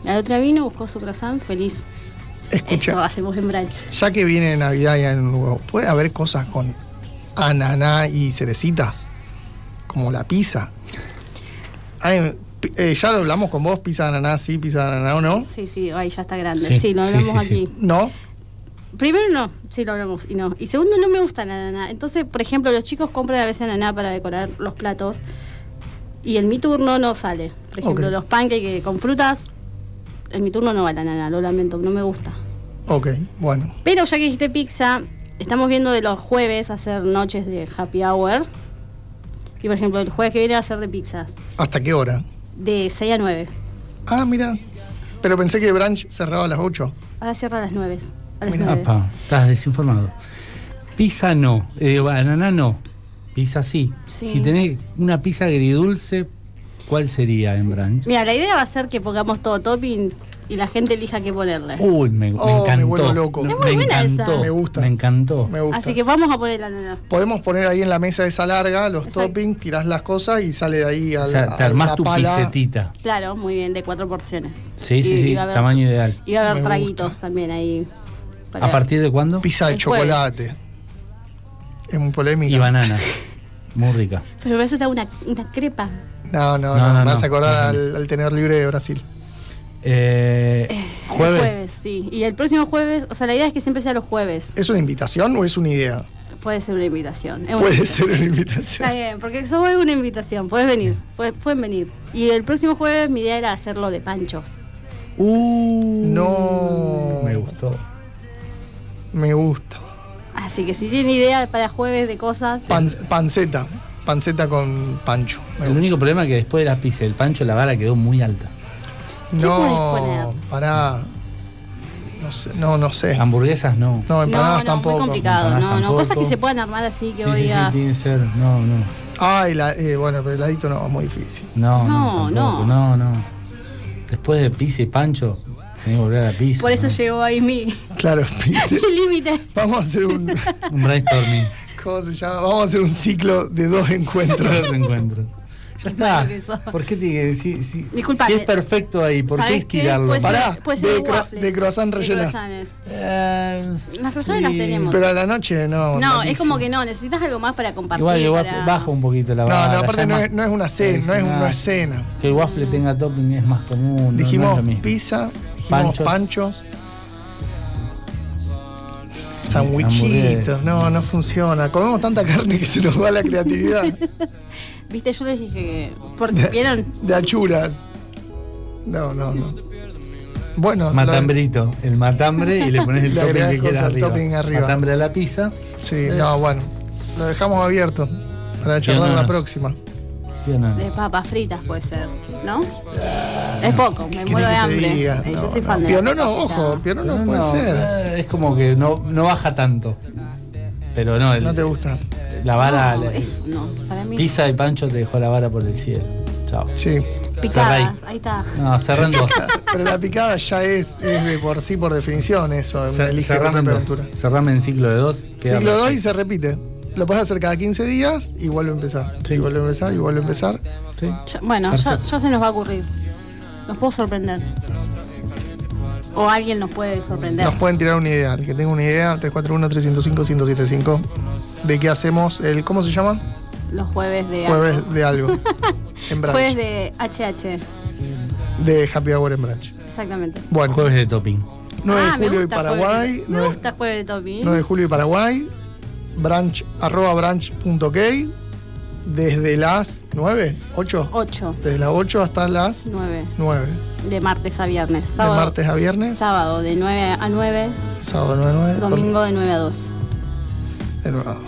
Speaker 10: La otra vino, buscó su croissant, feliz.
Speaker 3: Escucha.
Speaker 10: Eso hacemos en branch.
Speaker 3: Ya que viene Navidad y Año Nuevo, ¿puede haber cosas con ananá y cerecitas? Como la pizza. Ay, pi- eh, ya lo hablamos con vos, pizza de ananá, sí, pizza de ananá o no.
Speaker 10: Sí, sí, ahí ya está grande.
Speaker 2: Sí,
Speaker 10: Sí, lo
Speaker 2: sí,
Speaker 10: hablamos
Speaker 2: sí, sí.
Speaker 10: aquí.
Speaker 3: No,
Speaker 10: Primero no, sí lo hablamos y no. Y segundo no me gusta la ananá. Entonces, por ejemplo, los chicos compran a veces ananá para decorar los platos y en mi turno no sale. Por ejemplo,
Speaker 3: Ok.
Speaker 10: los pancakes con frutas, en mi turno no va la ananá, lo lamento, no me gusta.
Speaker 3: ok, bueno.
Speaker 10: Pero ya que dijiste pizza, estamos viendo de los jueves hacer noches de happy hour. Y por ejemplo, el jueves que viene va a ser de pizzas,
Speaker 3: ¿Hasta qué hora?
Speaker 10: de 6 a 9.
Speaker 3: Ah, mira. Pero pensé que Branch cerraba a las 8.
Speaker 10: Ahora cierra a las 9. A las
Speaker 3: Mirá.
Speaker 10: 9.
Speaker 2: Apa, estás desinformado. Pizza no, eh, digo, banana no, pizza sí.
Speaker 10: Sí.
Speaker 2: Si tenés una pizza agridulce, ¿cuál sería en branch?
Speaker 10: Mira, la idea va a ser que pongamos todo topping y la gente elija qué ponerle.
Speaker 2: Uy, me, me
Speaker 3: Oh, me
Speaker 2: encantó.
Speaker 3: vuelvo loco.
Speaker 2: Me,
Speaker 3: Es
Speaker 10: muy buena esa.
Speaker 2: encantó.
Speaker 3: Me gusta.
Speaker 2: Me encantó.
Speaker 3: Me gusta.
Speaker 10: Así que vamos a poner la nana.
Speaker 3: Podemos poner ahí en la mesa esa larga, los
Speaker 10: Exacto.
Speaker 3: toppings, tirás las cosas y sale de ahí al-
Speaker 2: o
Speaker 3: a
Speaker 2: sea, te
Speaker 3: a
Speaker 2: armás
Speaker 3: la
Speaker 2: tu
Speaker 3: pala.
Speaker 2: pisetita.
Speaker 10: Claro, muy bien, de cuatro porciones.
Speaker 2: Sí, sí,
Speaker 10: Y-
Speaker 2: sí,
Speaker 10: y va a haber-
Speaker 2: tamaño ideal.
Speaker 10: Y va a haber
Speaker 3: Me
Speaker 10: traguitos
Speaker 3: gusta.
Speaker 10: también ahí. para-
Speaker 2: ¿A partir de cuándo?
Speaker 3: Pizza de
Speaker 10: El jueves.
Speaker 3: chocolate. Es muy polémica.
Speaker 2: Y banana. Muy rica.
Speaker 10: Pero a veces está una, una crepa.
Speaker 3: No, no,
Speaker 2: No,
Speaker 3: no,
Speaker 2: no,
Speaker 3: me vas
Speaker 2: no.
Speaker 3: a acordar al, al tenedor libre de Brasil.
Speaker 2: Eh,
Speaker 10: El
Speaker 2: jueves.
Speaker 10: sí. Y el próximo jueves, o sea, la idea es que siempre sea los jueves.
Speaker 3: ¿Es una invitación o es una idea?
Speaker 10: Puede ser una invitación. es una
Speaker 3: Puede ser
Speaker 10: invitación.
Speaker 3: una
Speaker 10: Está
Speaker 3: invitación.
Speaker 10: bien, porque eso es una invitación. Puedes venir, puedes, pueden venir. Y el próximo jueves mi idea era hacerlo de panchos.
Speaker 2: Uh,
Speaker 10: mm.
Speaker 3: No.
Speaker 2: Me gustó.
Speaker 3: Me gusta.
Speaker 10: Así que si tienen idea para jueves de cosas,
Speaker 3: Pan- panceta. Panceta con pancho. Me
Speaker 2: El
Speaker 3: gusta.
Speaker 2: único problema es que después de las pizzas, el pancho, la vara quedó muy alta.
Speaker 10: podés
Speaker 3: No,
Speaker 10: poner?
Speaker 3: pará. No sé, no, no sé.
Speaker 2: Hamburguesas no.
Speaker 3: No, empanadas
Speaker 10: no, no,
Speaker 3: tampoco.
Speaker 10: muy complicado.
Speaker 2: Empanadas
Speaker 10: no, no,
Speaker 2: tampoco.
Speaker 10: cosas que se puedan armar así, que
Speaker 2: Sí,
Speaker 10: vos
Speaker 2: sí, sí,
Speaker 10: digas.
Speaker 2: tiene que ser. No, no.
Speaker 3: Ah, hela- eh, bueno, pero heladito no, es muy difícil.
Speaker 2: No, no.
Speaker 10: No,
Speaker 2: tampoco, No, no. Después de pizza y pancho, tenés que volver a la pizza.
Speaker 10: Por eso
Speaker 2: ¿no?
Speaker 10: llegó ahí mi,
Speaker 3: Claro, viste.
Speaker 10: mi límite.
Speaker 3: Vamos a hacer un.
Speaker 2: Un brainstorming.
Speaker 3: ¿Cómo se llama? Vamos a hacer un ciclo de dos encuentros.
Speaker 2: Tres encuentros. Ya está.
Speaker 10: Bueno, que eso.
Speaker 2: ¿Por qué tiene que si, si,
Speaker 10: Disculpame.
Speaker 2: si es perfecto ahí? ¿Por qué
Speaker 10: ¿Sabés Pues,
Speaker 2: estirarlo?
Speaker 10: Puede ser-
Speaker 3: Pará,
Speaker 10: puede ser
Speaker 3: de cro-
Speaker 10: waffles,
Speaker 3: de croissant
Speaker 10: de
Speaker 3: rellenas.
Speaker 10: croissants.
Speaker 2: Eh,
Speaker 10: Las personas las
Speaker 2: sí.
Speaker 10: tenemos.
Speaker 3: Pero a la noche no.
Speaker 10: No, es
Speaker 3: malísimo.
Speaker 10: como que no, necesitas algo más para compartir.
Speaker 2: Igual que waffle-
Speaker 10: para-
Speaker 2: baja un poquito Ah, la
Speaker 3: No,
Speaker 2: vara.
Speaker 3: no, aparte
Speaker 2: ya
Speaker 3: no
Speaker 2: más-
Speaker 3: es, no es una cena, no es una cena.
Speaker 2: Que el waffle tenga topping es más común. no- no es
Speaker 3: Dijimos
Speaker 2: lo mismo.
Speaker 3: pizza, dijimos
Speaker 2: Panchos.
Speaker 3: panchos,
Speaker 2: Sí,
Speaker 3: sandwichitos.
Speaker 2: hamburguesas.
Speaker 3: No, no funciona. Comemos tanta carne que se nos va la creatividad.
Speaker 10: Viste, yo les dije que. Porque vieron.
Speaker 3: De achuras. No, no, no. Bueno, lo-
Speaker 2: Matambrito, el matambre y le pones el
Speaker 3: Le
Speaker 2: topping
Speaker 3: agregás
Speaker 2: que quieras
Speaker 3: cosas,
Speaker 2: arriba.
Speaker 3: topping arriba.
Speaker 2: Matambre a la pizza,
Speaker 3: sí, no, bueno. Lo dejamos abierto para charlar la
Speaker 2: Pioneros.
Speaker 3: próxima.
Speaker 2: pioneros.
Speaker 10: De papas fritas puede ser, ¿no? Es poco, me muero
Speaker 3: ¿Querés
Speaker 10: de
Speaker 3: que te
Speaker 10: hambre.
Speaker 3: diga?
Speaker 10: Eh,
Speaker 3: No,
Speaker 10: yo soy
Speaker 3: no.
Speaker 10: fan de.
Speaker 3: Pionono,
Speaker 10: las papas
Speaker 3: ojo,
Speaker 10: fritas.
Speaker 3: pionono
Speaker 2: No,
Speaker 3: puede
Speaker 2: no,
Speaker 3: ser.
Speaker 2: eh, Es como que no, no baja tanto. Pero no, el-
Speaker 3: No te gusta.
Speaker 2: la vara,
Speaker 10: No,
Speaker 2: la-
Speaker 10: eso no, para mí.
Speaker 2: pizza y pancho te dejó la vara por el cielo. Chao.
Speaker 3: Sí.
Speaker 10: Picadas, ahí está.
Speaker 2: No, cerrando.
Speaker 3: Pero la picada ya es, es de por sí, por definición, eso.
Speaker 2: Cer-
Speaker 3: Elige
Speaker 2: cerrame,
Speaker 3: Pepe
Speaker 2: en dos.
Speaker 3: Ventura.
Speaker 2: cerrame en ciclo de dos. queda
Speaker 3: Sí, lo doy y
Speaker 2: perfecto.
Speaker 3: se repite. Lo puedes hacer cada 15 días y vuelve a empezar.
Speaker 2: Sí.
Speaker 3: Y vuelve a empezar y vuelve a empezar.
Speaker 2: Sí.
Speaker 10: Ya- bueno, ya,
Speaker 2: Perfecto.
Speaker 10: ya se nos va a ocurrir. Nos puedo sorprender. O alguien nos puede sorprender.
Speaker 3: Nos pueden tirar una idea. El que tenga una idea, 341-305-1075, de qué hacemos el, ¿cómo se llama?
Speaker 10: Los jueves de.
Speaker 3: Jueves de algo. En Branch.
Speaker 10: Jueves de HH.
Speaker 3: De Happy Hour en Branch.
Speaker 10: Exactamente.
Speaker 3: Bueno,
Speaker 2: Jueves de topping.
Speaker 3: 9
Speaker 10: Ah,
Speaker 3: de
Speaker 10: me
Speaker 3: julio y
Speaker 10: gusta
Speaker 3: Paraguay.
Speaker 10: jueves de- Me
Speaker 3: 9,
Speaker 10: gusta jueves de Tommy.
Speaker 3: 9 de julio y Paraguay. Branch, arroba branch.ok. Desde las 9, 8.
Speaker 10: 8,
Speaker 3: Desde las 8 hasta las
Speaker 10: 9.
Speaker 3: 9.
Speaker 10: De martes a viernes.
Speaker 3: De
Speaker 10: Sábado,
Speaker 3: martes a viernes.
Speaker 10: Sábado de 9 a 9.
Speaker 3: Sábado 9 9.
Speaker 10: Domingo de 9 a 2.
Speaker 3: De 9 a 2.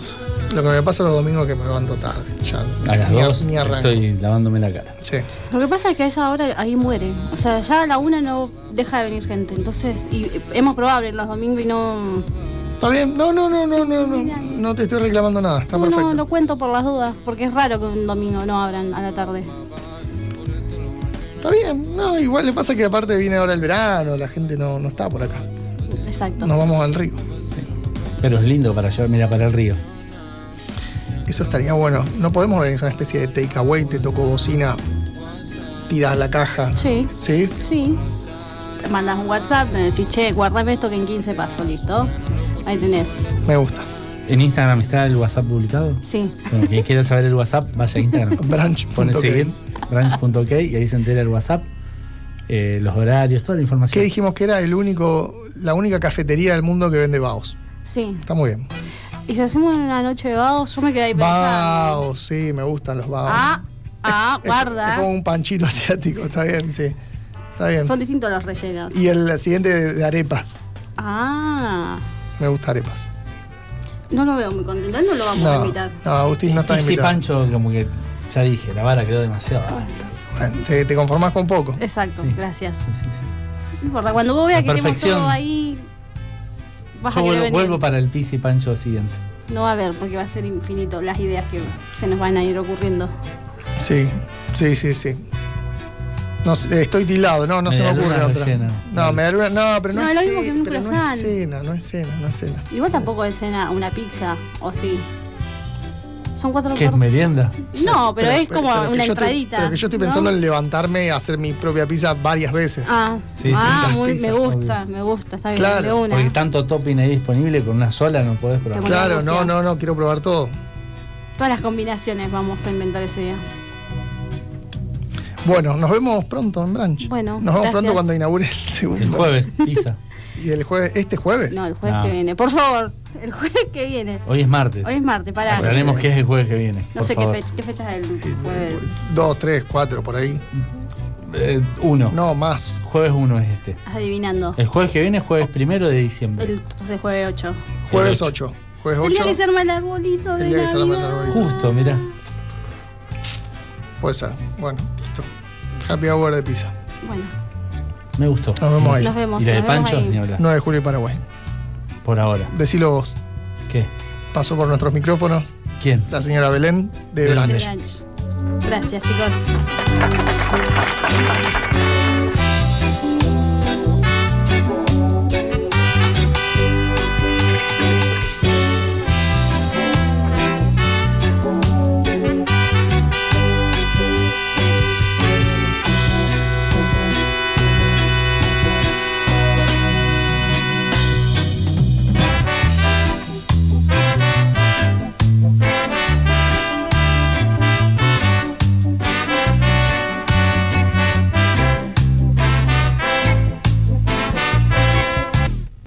Speaker 3: Lo que me pasa los domingos es que me levanto tarde. Ya,
Speaker 2: A las
Speaker 3: ni, ar-
Speaker 2: dos
Speaker 3: Ni arranco.
Speaker 2: estoy lavándome la cara.
Speaker 3: Sí.
Speaker 10: Lo que pasa es que a esa hora ahí muere. O sea, ya a la una no deja de venir gente. Entonces, y hemos probado abrir los domingos y no.
Speaker 3: ¿Está bien? No, no, no, no, no, no. No te estoy reclamando nada. Está
Speaker 10: No,
Speaker 3: perfecto.
Speaker 10: no, lo cuento por las dudas, porque es raro que un domingo no abran a la tarde.
Speaker 3: Está bien. No, igual le pasa que aparte viene ahora el verano, la gente no, no está por acá.
Speaker 10: Exacto.
Speaker 3: Nos vamos al río.
Speaker 2: Pero es lindo para llevar, mira, para el río.
Speaker 3: Eso estaría bueno. No podemos organizar una especie de takeaway, te toco bocina, tiras la caja.
Speaker 10: Sí,
Speaker 3: ¿Sí?
Speaker 10: sí. Te mandas un WhatsApp, me decís, che, guardame esto que en 15 paso, listo. Ahí tenés.
Speaker 3: Me gusta.
Speaker 2: ¿En Instagram está el WhatsApp publicado?
Speaker 10: Sí.
Speaker 2: Bueno, quien quiera saber el WhatsApp, vaya a Instagram.
Speaker 3: Branch.
Speaker 2: Pone
Speaker 3: punto
Speaker 2: seguir,
Speaker 3: que-
Speaker 2: branch.ok y ahí se entera el WhatsApp, eh, los horarios, toda la
Speaker 3: ¿Qué
Speaker 2: información.
Speaker 3: dijimos que era el único, la única cafetería del mundo que vende baos?
Speaker 10: Sí.
Speaker 3: Está muy bien.
Speaker 10: Y si hacemos una noche de vados, yo me quedé ahí pensando.
Speaker 3: Baos, sí, me gustan los baos.
Speaker 10: Ah, ah,
Speaker 3: Es- Es, como
Speaker 10: guarda.
Speaker 3: un panchito asiático, está bien, sí. Está bien.
Speaker 10: Son distintos los rellenos.
Speaker 3: Y el siguiente de, de arepas.
Speaker 10: Ah,
Speaker 3: Me gusta arepas.
Speaker 10: no lo veo muy contento. Él no lo vamos a
Speaker 3: No,
Speaker 10: invitar.
Speaker 3: no, Agustín no está
Speaker 2: y si
Speaker 3: invitado.
Speaker 2: Pancho, como que ya dije, la vara quedó demasiado.
Speaker 10: Ah.
Speaker 2: alta.
Speaker 3: Bueno, te, te conformás con poco.
Speaker 10: Exacto,
Speaker 2: Sí.
Speaker 10: gracias.
Speaker 2: Sí, sí, sí.
Speaker 10: No importa, cuando vos veas
Speaker 2: La
Speaker 10: que tenemos
Speaker 2: perfección.
Speaker 10: todo ahí, vas
Speaker 2: Yo
Speaker 10: a querer
Speaker 2: vuelvo,
Speaker 10: venir.
Speaker 2: vuelvo para el Pizzi Pancho siguiente.
Speaker 10: No va a haber, porque va a ser infinito las ideas que se nos van a ir ocurriendo.
Speaker 3: Sí, sí, sí, sí. No sé, estoy tildado, no, no se me
Speaker 2: Medialuna
Speaker 3: ocurre otra.
Speaker 2: rellena.
Speaker 3: No, medialuna, no, pero no,
Speaker 10: No,
Speaker 3: es
Speaker 10: lo mismo
Speaker 3: ce-
Speaker 10: que un
Speaker 3: pero no es
Speaker 10: croissant.
Speaker 3: cena, no es cena, no es cena.
Speaker 10: Igual tampoco es cena una pizza, o sí. Son cuatro
Speaker 2: ¿Qué es
Speaker 10: cortes.
Speaker 2: merienda?
Speaker 10: No, pero, es como
Speaker 3: pero que
Speaker 10: una
Speaker 3: yo estoy-
Speaker 10: entradita.
Speaker 3: pero que yo estoy pensando
Speaker 10: ¿no?
Speaker 3: en levantarme y hacer mi propia pizza varias veces.
Speaker 10: Ah,
Speaker 2: Sí,
Speaker 10: ah,
Speaker 3: sí.
Speaker 10: muy,
Speaker 3: Las
Speaker 10: me
Speaker 3: pizzas,
Speaker 10: gusta, me gusta, está bien,
Speaker 3: Claro,
Speaker 10: de una.
Speaker 2: Porque tanto topping ahí disponible con una sola no podés probar.
Speaker 10: Bueno,
Speaker 3: claro, no,
Speaker 10: hostia.
Speaker 3: no, no, quiero probar todo.
Speaker 10: Todas las combinaciones vamos a inventar ese día.
Speaker 3: Bueno, nos vemos pronto en Branch.
Speaker 10: Bueno,
Speaker 3: nos vemos
Speaker 10: gracias.
Speaker 3: pronto cuando inaugure el segundo.
Speaker 2: El jueves, pizza.
Speaker 3: Y el jueves, este jueves.
Speaker 10: No, el jueves
Speaker 2: No.
Speaker 10: que viene, por favor, el jueves que viene.
Speaker 2: Hoy es martes.
Speaker 10: Hoy es martes, pará.
Speaker 2: Aclaremos que es el jueves que viene.
Speaker 10: No
Speaker 2: por
Speaker 10: sé qué
Speaker 2: favor.
Speaker 10: fecha, qué fecha es el jueves.
Speaker 3: Dos, tres, cuatro, por ahí.
Speaker 2: Eh, uno.
Speaker 3: No, más.
Speaker 2: Jueves 1 es este.
Speaker 10: Adivinando.
Speaker 2: El jueves que viene es jueves primero de diciembre.
Speaker 10: El, entonces jueves 8.
Speaker 3: Jueves
Speaker 2: El ocho.
Speaker 3: 8. Jueves
Speaker 10: El día que se
Speaker 3: 8.
Speaker 10: arma el arbolito de
Speaker 3: El día que se arma el
Speaker 10: Navidad.
Speaker 3: arbolito.
Speaker 2: Justo, mira.
Speaker 3: Puede ser. Bueno, listo. Happy hour de pizza.
Speaker 10: Bueno,
Speaker 2: Me gustó.
Speaker 3: Nos vemos ahí.
Speaker 10: nos vemos.
Speaker 2: Y la de
Speaker 10: nos vemos
Speaker 2: Pancho,
Speaker 10: ahí.
Speaker 2: ni hablar.
Speaker 3: 9 de julio, Paraguay.
Speaker 2: Por ahora.
Speaker 3: Decilo vos.
Speaker 2: ¿Qué?
Speaker 3: Pasó por nuestros micrófonos
Speaker 2: ¿Quién?
Speaker 3: la señora Belén de
Speaker 2: Belén.
Speaker 3: Branch.
Speaker 10: Branch. Gracias, chicos.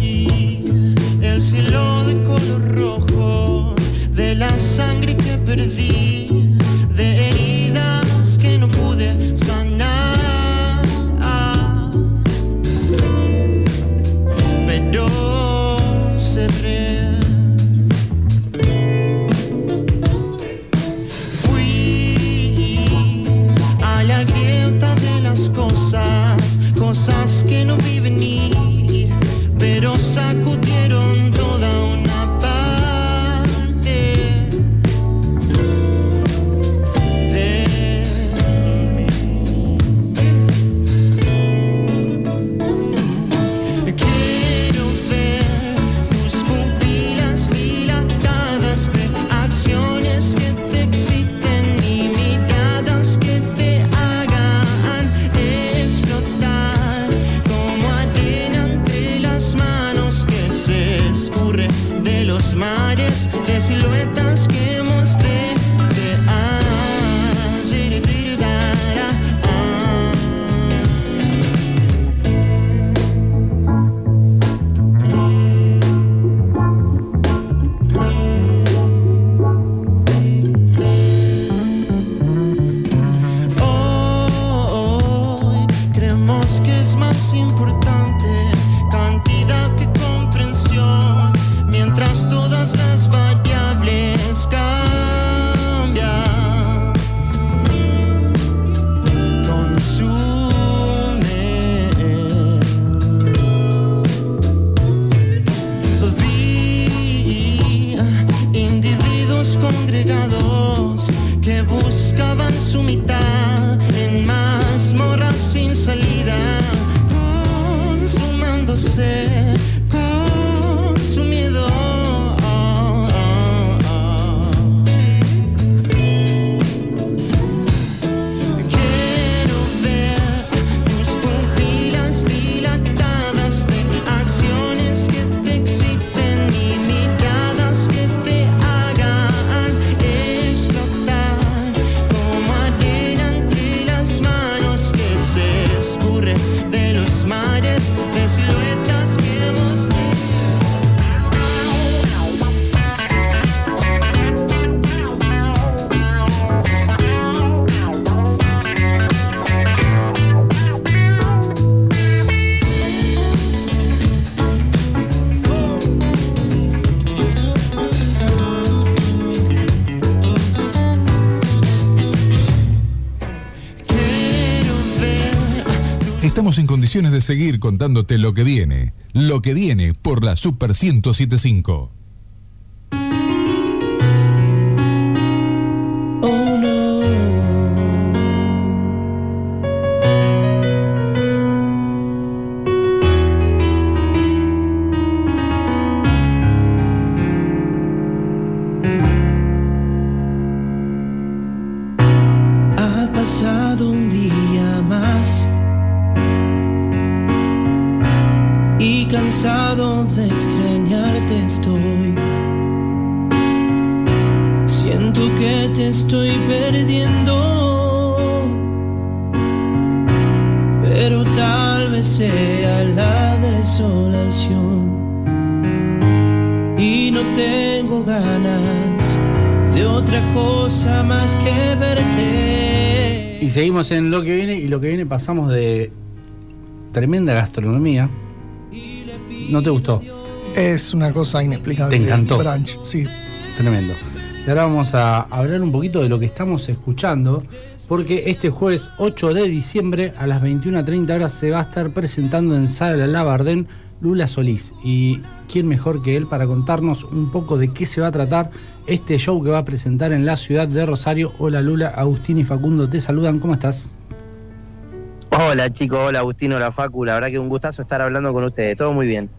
Speaker 6: Vi el cielo de color rojo, de la sangre que perdí, de heridas que no pude sanar. Pero cerré. Fui a la grieta de las cosas, cosas que no vi venir, pero sacudieron toda una parte. ah.
Speaker 11: dos que buscaban su mitad en mazmorras sin salida, consumándose con su miedo. Oh, oh, oh. Quiero ver tus pupilas dilatadas de acciones que te exciten y miradas que te hagan explotar como arena entre las manos que se escurre de los mares de siluetas que hemos
Speaker 7: Estamos en condiciones de seguir contándote lo que viene, lo que viene por la Super 1075.
Speaker 11: Ha pasado un día más y cansado de extrañarte estoy. Siento que te estoy perdiendo, pero tal vez sea la desolación y no tengo ganas de otra cosa más que verte.
Speaker 2: Y seguimos en lo que viene y lo que viene pasamos de tremenda gastronomía. ¿No te gustó?
Speaker 3: Es una cosa inexplicable.
Speaker 2: Te encantó.
Speaker 3: Branch, sí.
Speaker 2: Tremendo. Y ahora vamos a hablar un poquito de lo que estamos escuchando, porque este jueves 8 de diciembre a las 21.30 horas se va a estar presentando en Sala Labardén Lula Solís. Y quién mejor que él para contarnos un poco de qué se va a tratar este show que va a presentar en la ciudad de Rosario. Hola Lula, Agustín y Facundo te saludan, ¿cómo estás?
Speaker 6: Hola chicos, hola Agustino, hola Facu, la verdad que un gustazo estar hablando con ustedes, todo muy bien.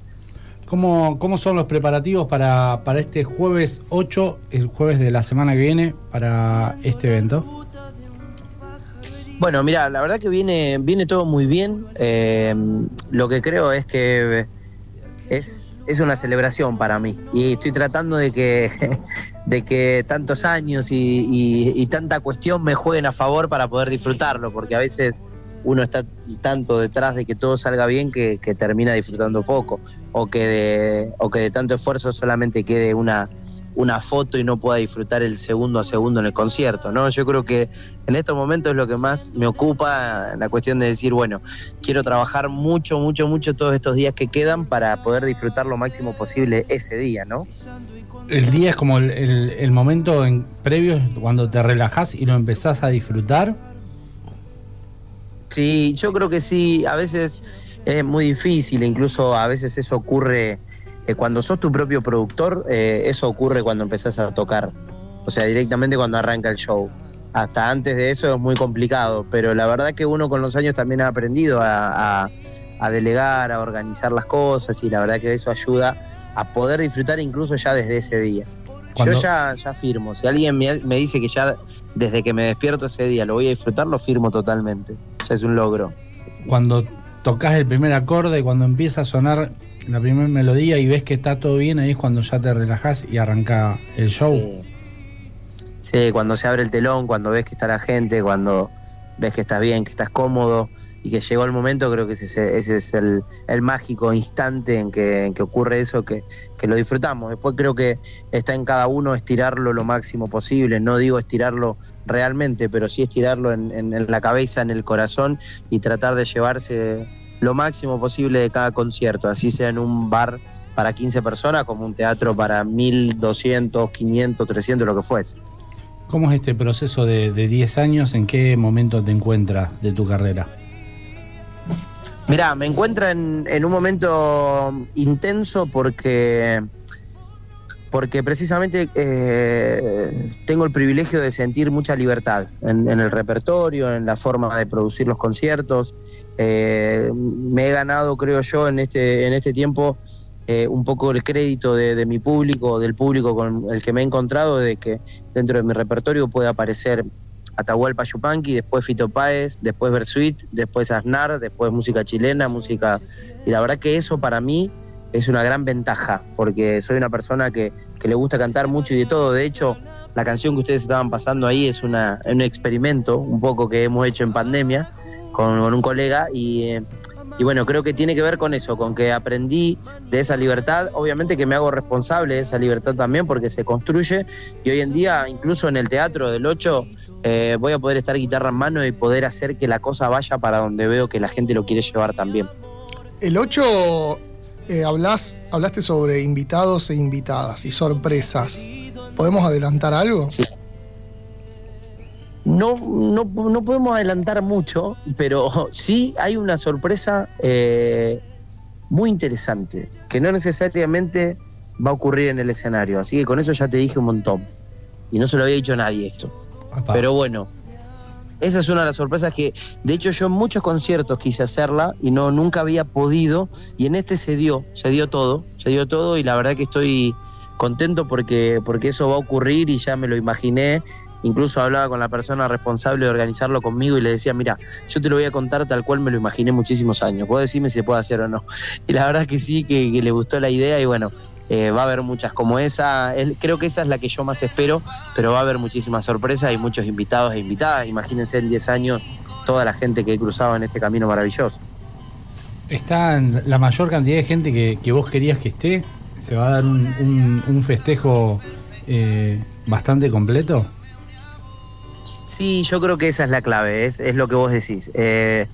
Speaker 2: ¿Cómo, cómo son los preparativos para, para este jueves 8, el jueves de la semana que viene, para este evento?
Speaker 6: Bueno, mira, la verdad que viene, viene todo muy bien. Eh, lo que creo es que es, es una celebración para mí. Y estoy tratando de que, de que tantos años y, y- y tanta cuestión me jueguen a favor para poder disfrutarlo, porque a veces uno está tanto detrás de que todo salga bien que, que termina disfrutando poco, o que, de, o que de tanto esfuerzo solamente quede una, una foto y no pueda disfrutar el segundo a segundo en el concierto, ¿no? Yo creo que en estos momentos es lo que más me ocupa la cuestión de decir, bueno, quiero trabajar mucho, mucho, mucho todos estos días que quedan para poder disfrutar lo máximo posible ese día, ¿no?
Speaker 2: El día es como el, el- el momento en, previo cuando te relajás y lo empezás a disfrutar.
Speaker 6: Sí, yo creo que sí, a veces es muy difícil, incluso a veces eso ocurre eh, cuando sos tu propio productor, eh, eso ocurre cuando empezás a tocar, o sea, directamente cuando arranca el show. Hasta antes de eso es muy complicado, pero la verdad que uno con los años también ha aprendido a, a- a delegar, a organizar las cosas y la verdad que eso ayuda a poder disfrutar incluso ya desde ese día.
Speaker 2: Cuando-
Speaker 6: Yo ya, ya firmo, si alguien me- me dice que ya desde que me despierto ese día lo voy a disfrutar, lo firmo totalmente. O sea, es un logro.
Speaker 2: Cuando tocas el primer acorde, cuando empieza a sonar la primera melodía y ves que está todo bien, ahí es cuando ya te relajás y arranca el show.
Speaker 6: Sí, cuando se abre el telón, cuando ves que está la gente, cuando ves que estás bien, que estás cómodo y que llegó el momento, creo que ese, es- ese es el, el mágico instante en que, en que ocurre eso, que, que lo disfrutamos. Después creo que está en cada uno estirarlo lo máximo posible, no digo estirarlo realmente, pero sí estirarlo en, en- en la cabeza, en el corazón y tratar de llevarse lo máximo posible de cada concierto, así sea en un bar para 15 personas, como un teatro para 1200, 500, 300, lo que fuese.
Speaker 2: ¿Cómo es este proceso de, de 10 años? ¿En qué momento te encuentras de tu carrera?
Speaker 6: Mirá, me encuentro en, en un momento intenso porque, porque precisamente eh, tengo el privilegio de sentir mucha libertad en, en, el repertorio, en la forma de producir los conciertos. Eh, me he ganado, creo yo, en este, en este tiempo eh, un poco el crédito de, de, mi público, del público con el que me he encontrado, de que dentro de mi repertorio puede aparecer Atahualpa Yupanqui, después Fito Páez, después Bersuit, después Aznar, después música chilena, música... Y la verdad que eso para mí es una gran ventaja, porque soy una persona que, que, le gusta cantar mucho y de todo. De hecho, la canción que ustedes estaban pasando ahí es una, un experimento, un poco que hemos hecho en pandemia con, con un colega. Y, eh, y, bueno, creo que tiene que ver con eso, con que aprendí de esa libertad. Obviamente que me hago responsable de esa libertad también, porque se construye. Y hoy en día, incluso en el teatro del 8, eh, voy a poder estar guitarra en mano y poder hacer que la cosa vaya para donde veo que la gente lo quiere llevar también.
Speaker 3: El 8 eh, hablás, hablaste sobre invitados e invitadas y sorpresas. ¿Podemos adelantar algo?
Speaker 6: Sí. No, no, no podemos adelantar mucho, pero sí hay una sorpresa eh, muy interesante, que no necesariamente va a ocurrir en el escenario. Así que con eso ya te dije un montón. Y no se lo había dicho a nadie esto. Apá. Pero bueno, esa es una de las sorpresas que, de hecho, yo en muchos conciertos quise hacerla y no nunca había podido. Y en este se dio, se dio todo, se dio todo y la verdad que estoy contento porque, porque eso va a ocurrir y ya me lo imaginé. Incluso hablaba con la persona responsable de organizarlo conmigo y le decía, mira, yo te lo voy a contar tal cual me lo imaginé muchísimos años. Puedo decirme si se puede hacer o no. Y la verdad que sí, que, que le gustó la idea y bueno, eh, va a haber muchas como esa. El, creo que esa es la que yo más espero, pero va a haber muchísimas sorpresas y muchos invitados e invitadas. Imagínense en 10 años toda la gente que he cruzado en este camino maravilloso.
Speaker 2: Está la mayor cantidad de gente que, que, vos querías que esté. ¿Se va a dar un, un, un festejo eh, bastante completo?
Speaker 6: Sí, yo creo que esa es la clave, es, es lo que vos decís. Eh,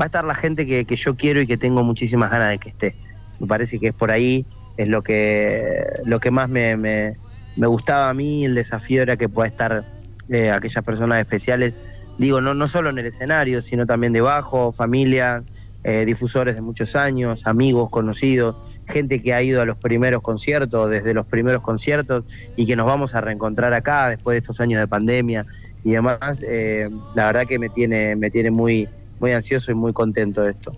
Speaker 6: va a estar la gente que, que yo quiero y que tengo muchísimas ganas de que esté. Me parece que es por ahí es lo que, lo que más me, me, me, gustaba a mí, el desafío era que pueda estar eh, aquellas personas especiales, digo, no, no solo en el escenario, sino también debajo, familias, eh, difusores de muchos años, amigos, conocidos, gente que ha ido a los primeros conciertos, desde los primeros conciertos, y que nos vamos a reencontrar acá después de estos años de pandemia y demás, eh, la verdad que me tiene, me tiene muy, muy ansioso y muy contento de esto.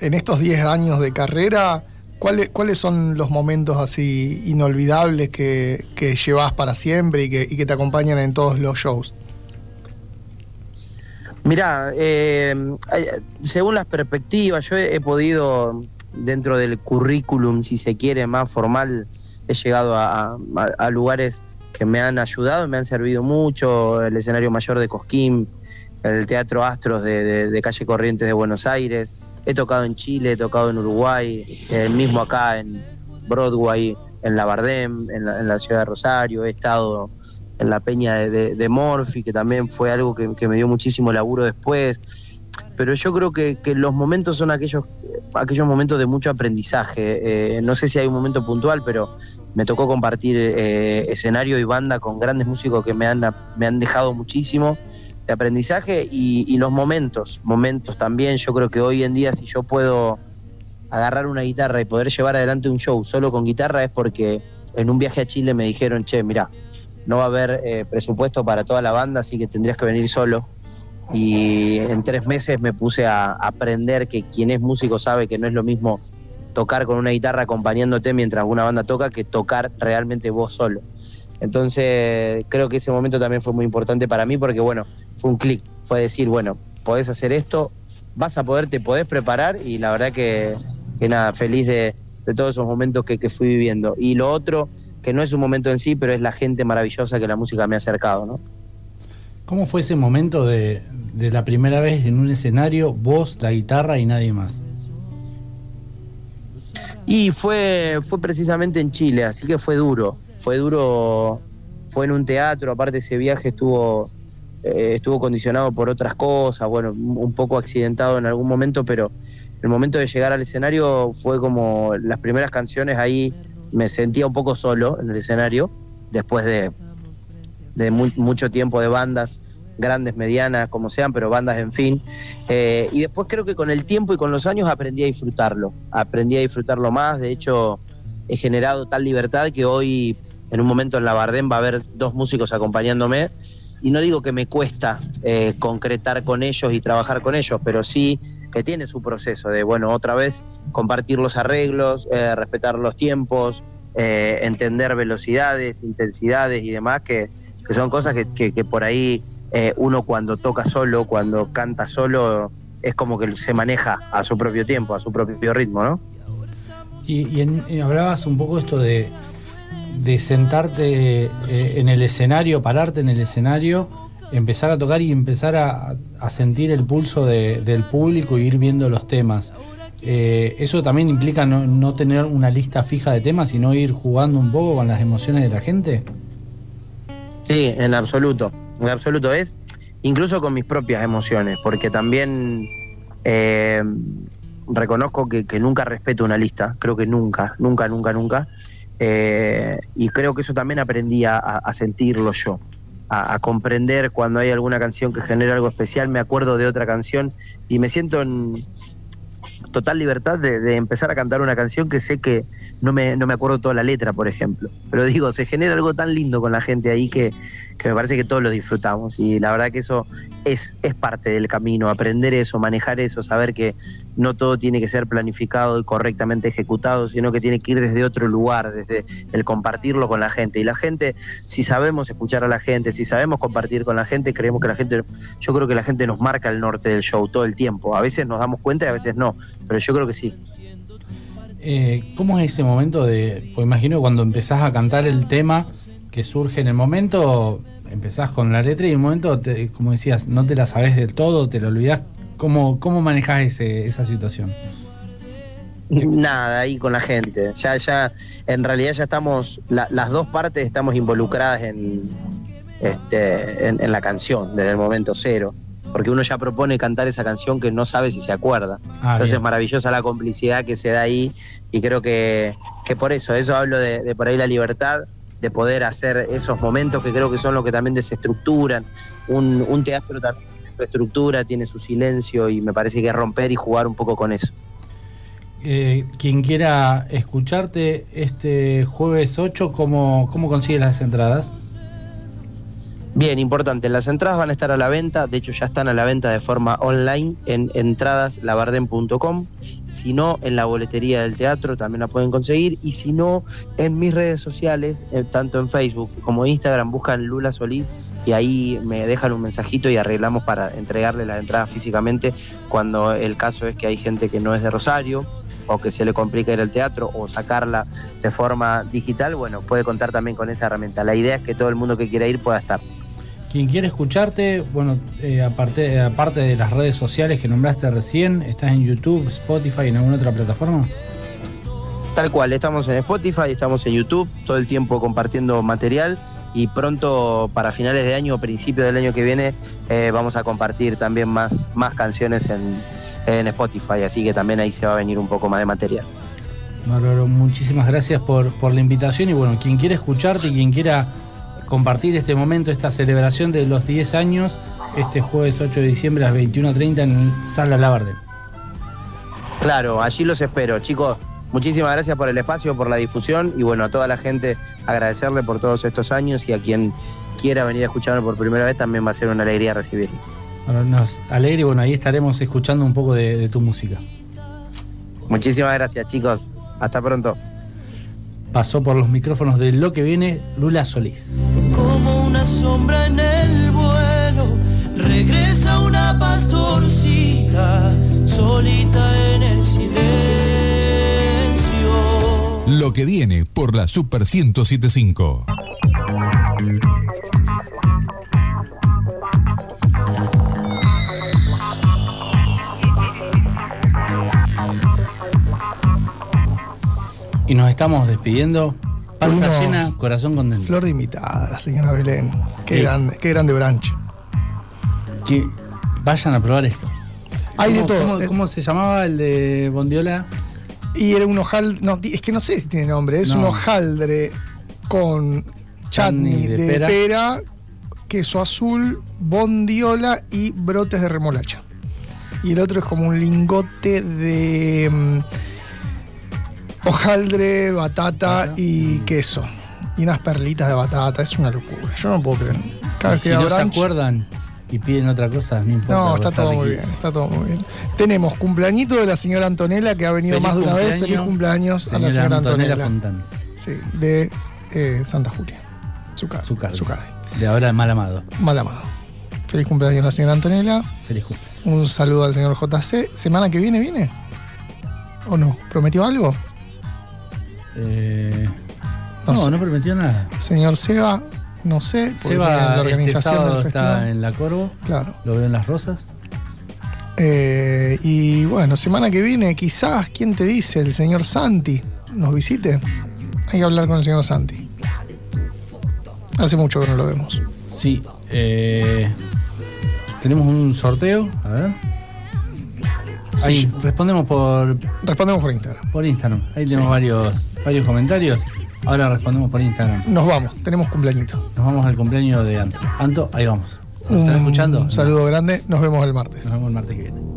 Speaker 3: En estos 10 años de carrera, ¿Cuáles, ¿Cuáles son los momentos así inolvidables que, que llevas para siempre y que, y que, te acompañan en todos los shows?
Speaker 6: Mirá, eh, según las perspectivas, yo he, he, podido, dentro del currículum, si se quiere, más formal, he llegado a, a, a lugares que me han ayudado, me han servido mucho, el escenario mayor de Cosquín, el Teatro Astros de, de, de Calle Corrientes de Buenos Aires, he tocado en Chile, he tocado en Uruguay, eh, mismo acá en Broadway, en Labardem, en la, en la ciudad de Rosario, he estado en la peña de, de, de Morphy, que también fue algo que, que, me dio muchísimo laburo después. Pero yo creo que, que los momentos son aquellos, aquellos momentos de mucho aprendizaje. Eh, no sé si hay un momento puntual, pero me tocó compartir eh, escenario y banda con grandes músicos que me han, me han dejado muchísimo de aprendizaje y, y, los momentos, momentos también. Yo creo que hoy en día si yo puedo agarrar una guitarra y poder llevar adelante un show solo con guitarra es porque en un viaje a Chile me dijeron, che, mirá, no va a haber eh, presupuesto para toda la banda, así que tendrías que venir solo. Y en tres meses me puse a aprender que quien es músico sabe que no es lo mismo tocar con una guitarra acompañándote mientras una banda toca que tocar realmente vos solo. Entonces creo que ese momento también fue muy importante para mí porque bueno, fue un clic, fue decir, bueno, podés hacer esto, vas a poder, te podés preparar y la verdad que, que nada, feliz de, de, todos esos momentos que, que, fui viviendo. Y lo otro, que no es un momento en sí, pero es la gente maravillosa que la música me ha acercado, ¿no?
Speaker 2: ¿Cómo fue ese momento de, de la primera vez en un escenario, vos, la guitarra y nadie más?
Speaker 6: Y fue, fue precisamente en Chile, así que fue duro. Fue duro, fue en un teatro, aparte ese viaje estuvo, eh, estuvo condicionado por otras cosas, bueno, un poco accidentado en algún momento, pero el momento de llegar al escenario fue como las primeras canciones ahí me sentía un poco solo en el escenario, después de, de muy, mucho tiempo de bandas grandes, medianas, como sean, pero bandas en fin. Eh, y después creo que con el tiempo y con los años aprendí a disfrutarlo, aprendí a disfrutarlo más, de hecho he generado tal libertad que hoy en un momento en la Bardem va a haber dos músicos acompañándome y no digo que me cuesta eh, concretar con ellos y trabajar con ellos, pero sí que tiene su proceso de, bueno, otra vez compartir los arreglos, eh, respetar los tiempos, eh, entender velocidades, intensidades y demás, que, que son cosas que, que- que por ahí Eh, uno cuando toca solo, cuando canta solo, es como que se maneja a su propio tiempo, a su propio ritmo, ¿no?
Speaker 2: Y, y en- y hablabas un poco esto de, de sentarte eh, en el escenario, pararte en el escenario, empezar a tocar y empezar a, a sentir el pulso de- del público y ir viendo los temas. Eh, eso también implica no, no tener una lista fija de temas, sino ir jugando un poco con las emociones de la gente.
Speaker 6: Sí, en absoluto, en absoluto es, incluso con mis propias emociones, porque también eh, reconozco que, que nunca respeto una lista, creo que nunca, nunca, nunca, nunca, Eh, y creo que eso también aprendí a, a- a sentirlo yo, a, a comprender cuando hay alguna canción que genera algo especial, me acuerdo de otra canción y me siento en total libertad de, de empezar a cantar una canción que sé que no me, no me acuerdo toda la letra, por ejemplo. Pero digo, se genera algo tan lindo con la gente ahí que, que me parece que todos lo disfrutamos. Y la verdad que eso es, es parte del camino, aprender eso, manejar eso, saber que no todo tiene que ser planificado y correctamente ejecutado, sino que tiene que ir desde otro lugar, desde el compartirlo con la gente. Y la gente, si sabemos escuchar a la gente, si sabemos compartir con la gente, creemos que la gente, yo creo que la gente nos marca el norte del show todo el tiempo. A veces nos damos cuenta y a veces no, pero yo creo que sí.
Speaker 2: Eh, ¿Cómo es ese momento de.? Pues imagino cuando empezás a cantar el tema que surge en el momento, empezás con la letra y en un momento, te- como decías, no te la sabes del todo, te la olvidás. ¿Cómo, cómo manejás ese- esa situación?
Speaker 6: Nada, ahí con la gente. Ya, ya, en realidad ya estamos, la- las dos partes estamos involucradas en, este, en, en la canción desde el momento cero. Porque uno ya propone cantar esa canción que no sabe si se acuerda.
Speaker 2: Ah,
Speaker 6: Entonces
Speaker 2: bien.
Speaker 6: es maravillosa la complicidad que se da ahí y creo que, que por eso, eso hablo de, de por ahí la libertad, de poder hacer esos momentos que creo que son los que también desestructuran. Un, un teatro también tiene su estructura, tiene su silencio y me parece que es romper y jugar un poco con eso.
Speaker 2: Eh, quien quiera escucharte este jueves 8, ¿cómo, cómo consigues las entradas?
Speaker 6: Bien, importante. Las entradas van a estar a la venta, de hecho ya están a la venta de forma online en entradaslabarden.com. Si no, en la boletería del teatro también la pueden conseguir. Y si no, en mis redes sociales, eh, tanto en Facebook como Instagram, buscan Lula Solís y ahí me dejan un mensajito y arreglamos para entregarle las entradas físicamente cuando el caso es que hay gente que no es de Rosario o que se le complica ir al teatro o sacarla de forma digital, bueno, puede contar también con esa herramienta. La idea es que todo el mundo que quiera ir pueda estar.
Speaker 2: Quien quiera escucharte, bueno, eh, aparte, aparte de las redes sociales que nombraste recién, ¿estás en YouTube, Spotify, en alguna otra plataforma?
Speaker 6: Tal cual, estamos en Spotify, estamos en YouTube, todo el tiempo compartiendo material y pronto para finales de año o principios del año que viene eh, vamos a compartir también más, más canciones en, en Spotify, así que también ahí se va a venir un poco más de material.
Speaker 2: Bárbaro, muchísimas gracias por, por la invitación y bueno, quien quiera escucharte y quien quiera compartir este momento, esta celebración de los 10 años, este jueves 8 de diciembre a las 21.30 en Sala Labardel.
Speaker 6: Claro, allí los espero, chicos. Muchísimas gracias por el espacio, por la difusión y bueno, a toda la gente agradecerle por todos estos años y a quien quiera venir a escucharme por primera vez también va a ser una alegría recibirlos.
Speaker 2: Bueno, nos alegra y bueno, ahí estaremos escuchando un poco de- de tu música.
Speaker 6: Muchísimas gracias, chicos. Hasta pronto.
Speaker 2: Pasó por los micrófonos de lo que viene Lula Solís.
Speaker 11: como una sombra en el vuelo. Regresa una pastorcita solita en el silencio.
Speaker 7: Lo que viene por la Super 1075.
Speaker 2: Y nos estamos despidiendo. Panza
Speaker 3: Fuimos
Speaker 2: llena, corazón contento.
Speaker 3: Flor de invitada, la señora Belén. Qué
Speaker 2: Sí.
Speaker 3: grande, qué grande branch.
Speaker 2: Que vayan a probar esto.
Speaker 3: Hay de
Speaker 2: ¿Cómo-
Speaker 3: todo.
Speaker 2: ¿Cómo, cómo se llamaba el de Bondiola?
Speaker 3: Y era un hojaldre, no, di- es que no sé si tiene nombre, es
Speaker 2: No.
Speaker 3: un hojaldre con chutney
Speaker 2: Chutney
Speaker 3: de,
Speaker 2: de
Speaker 3: pera.
Speaker 2: pera.
Speaker 3: queso azul, bondiola y brotes de remolacha. Y el otro es como un lingote de mm, hojaldre, batata y queso. y unas perlitas de batata. Es una locura. Yo no puedo creer. Cada
Speaker 2: Y
Speaker 3: vez
Speaker 2: si
Speaker 3: que
Speaker 2: no
Speaker 3: habrá
Speaker 2: se acuerdan y piden otra cosa, no importa.
Speaker 3: No,
Speaker 2: porque
Speaker 3: está todo muy bien,
Speaker 2: riquísimo.
Speaker 3: está todo muy bien. Tenemos cumpleañito de la señora Antonella, que ha venido
Speaker 2: Feliz
Speaker 3: más de una vez.
Speaker 2: cumpleaños,
Speaker 3: Feliz cumpleaños a la
Speaker 2: señora
Speaker 3: señora
Speaker 2: Antonella
Speaker 3: Antonella.
Speaker 2: Fontán.
Speaker 3: Sí, de eh, Santa Julia. Su casa.
Speaker 2: Su carne. De ahora mal amado.
Speaker 3: Mal amado. Feliz cumpleaños a la señora Antonella.
Speaker 2: Feliz cumpleaños.
Speaker 3: Un saludo al señor JC. ¿Semana que viene viene? ¿O no? ¿Prometió algo?
Speaker 2: Eh,
Speaker 3: No
Speaker 2: no, no,
Speaker 3: sé.
Speaker 2: prometió nada.
Speaker 3: Señor Seba, no sé. porque tiene
Speaker 2: Seba,
Speaker 3: la
Speaker 2: este
Speaker 3: organización
Speaker 2: sábado
Speaker 3: del
Speaker 2: está
Speaker 3: festival.
Speaker 2: en la Corvo.
Speaker 3: Claro.
Speaker 2: Lo veo en las rosas.
Speaker 3: Eh, y bueno, semana que viene, quizás, ¿quién te dice? El señor Santi nos visite. Hay que hablar con el señor Santi. Hace mucho que no lo vemos.
Speaker 2: Sí. eh, tenemos un sorteo. A ver.
Speaker 3: Sí,
Speaker 2: Ahí respondemos por,
Speaker 3: Respondemos por Instagram.
Speaker 2: por Instagram. Ahí tenemos
Speaker 3: Sí.
Speaker 2: varios, varios comentarios. Ahora respondemos por Instagram.
Speaker 3: Nos vamos, tenemos cumpleañito.
Speaker 2: Nos vamos al cumpleaños de Anto. Anto, ahí vamos. ¿Lo
Speaker 3: Un
Speaker 2: ¿Estás escuchando?
Speaker 3: saludo grande, nos vemos el martes.
Speaker 2: Nos vemos el martes que viene.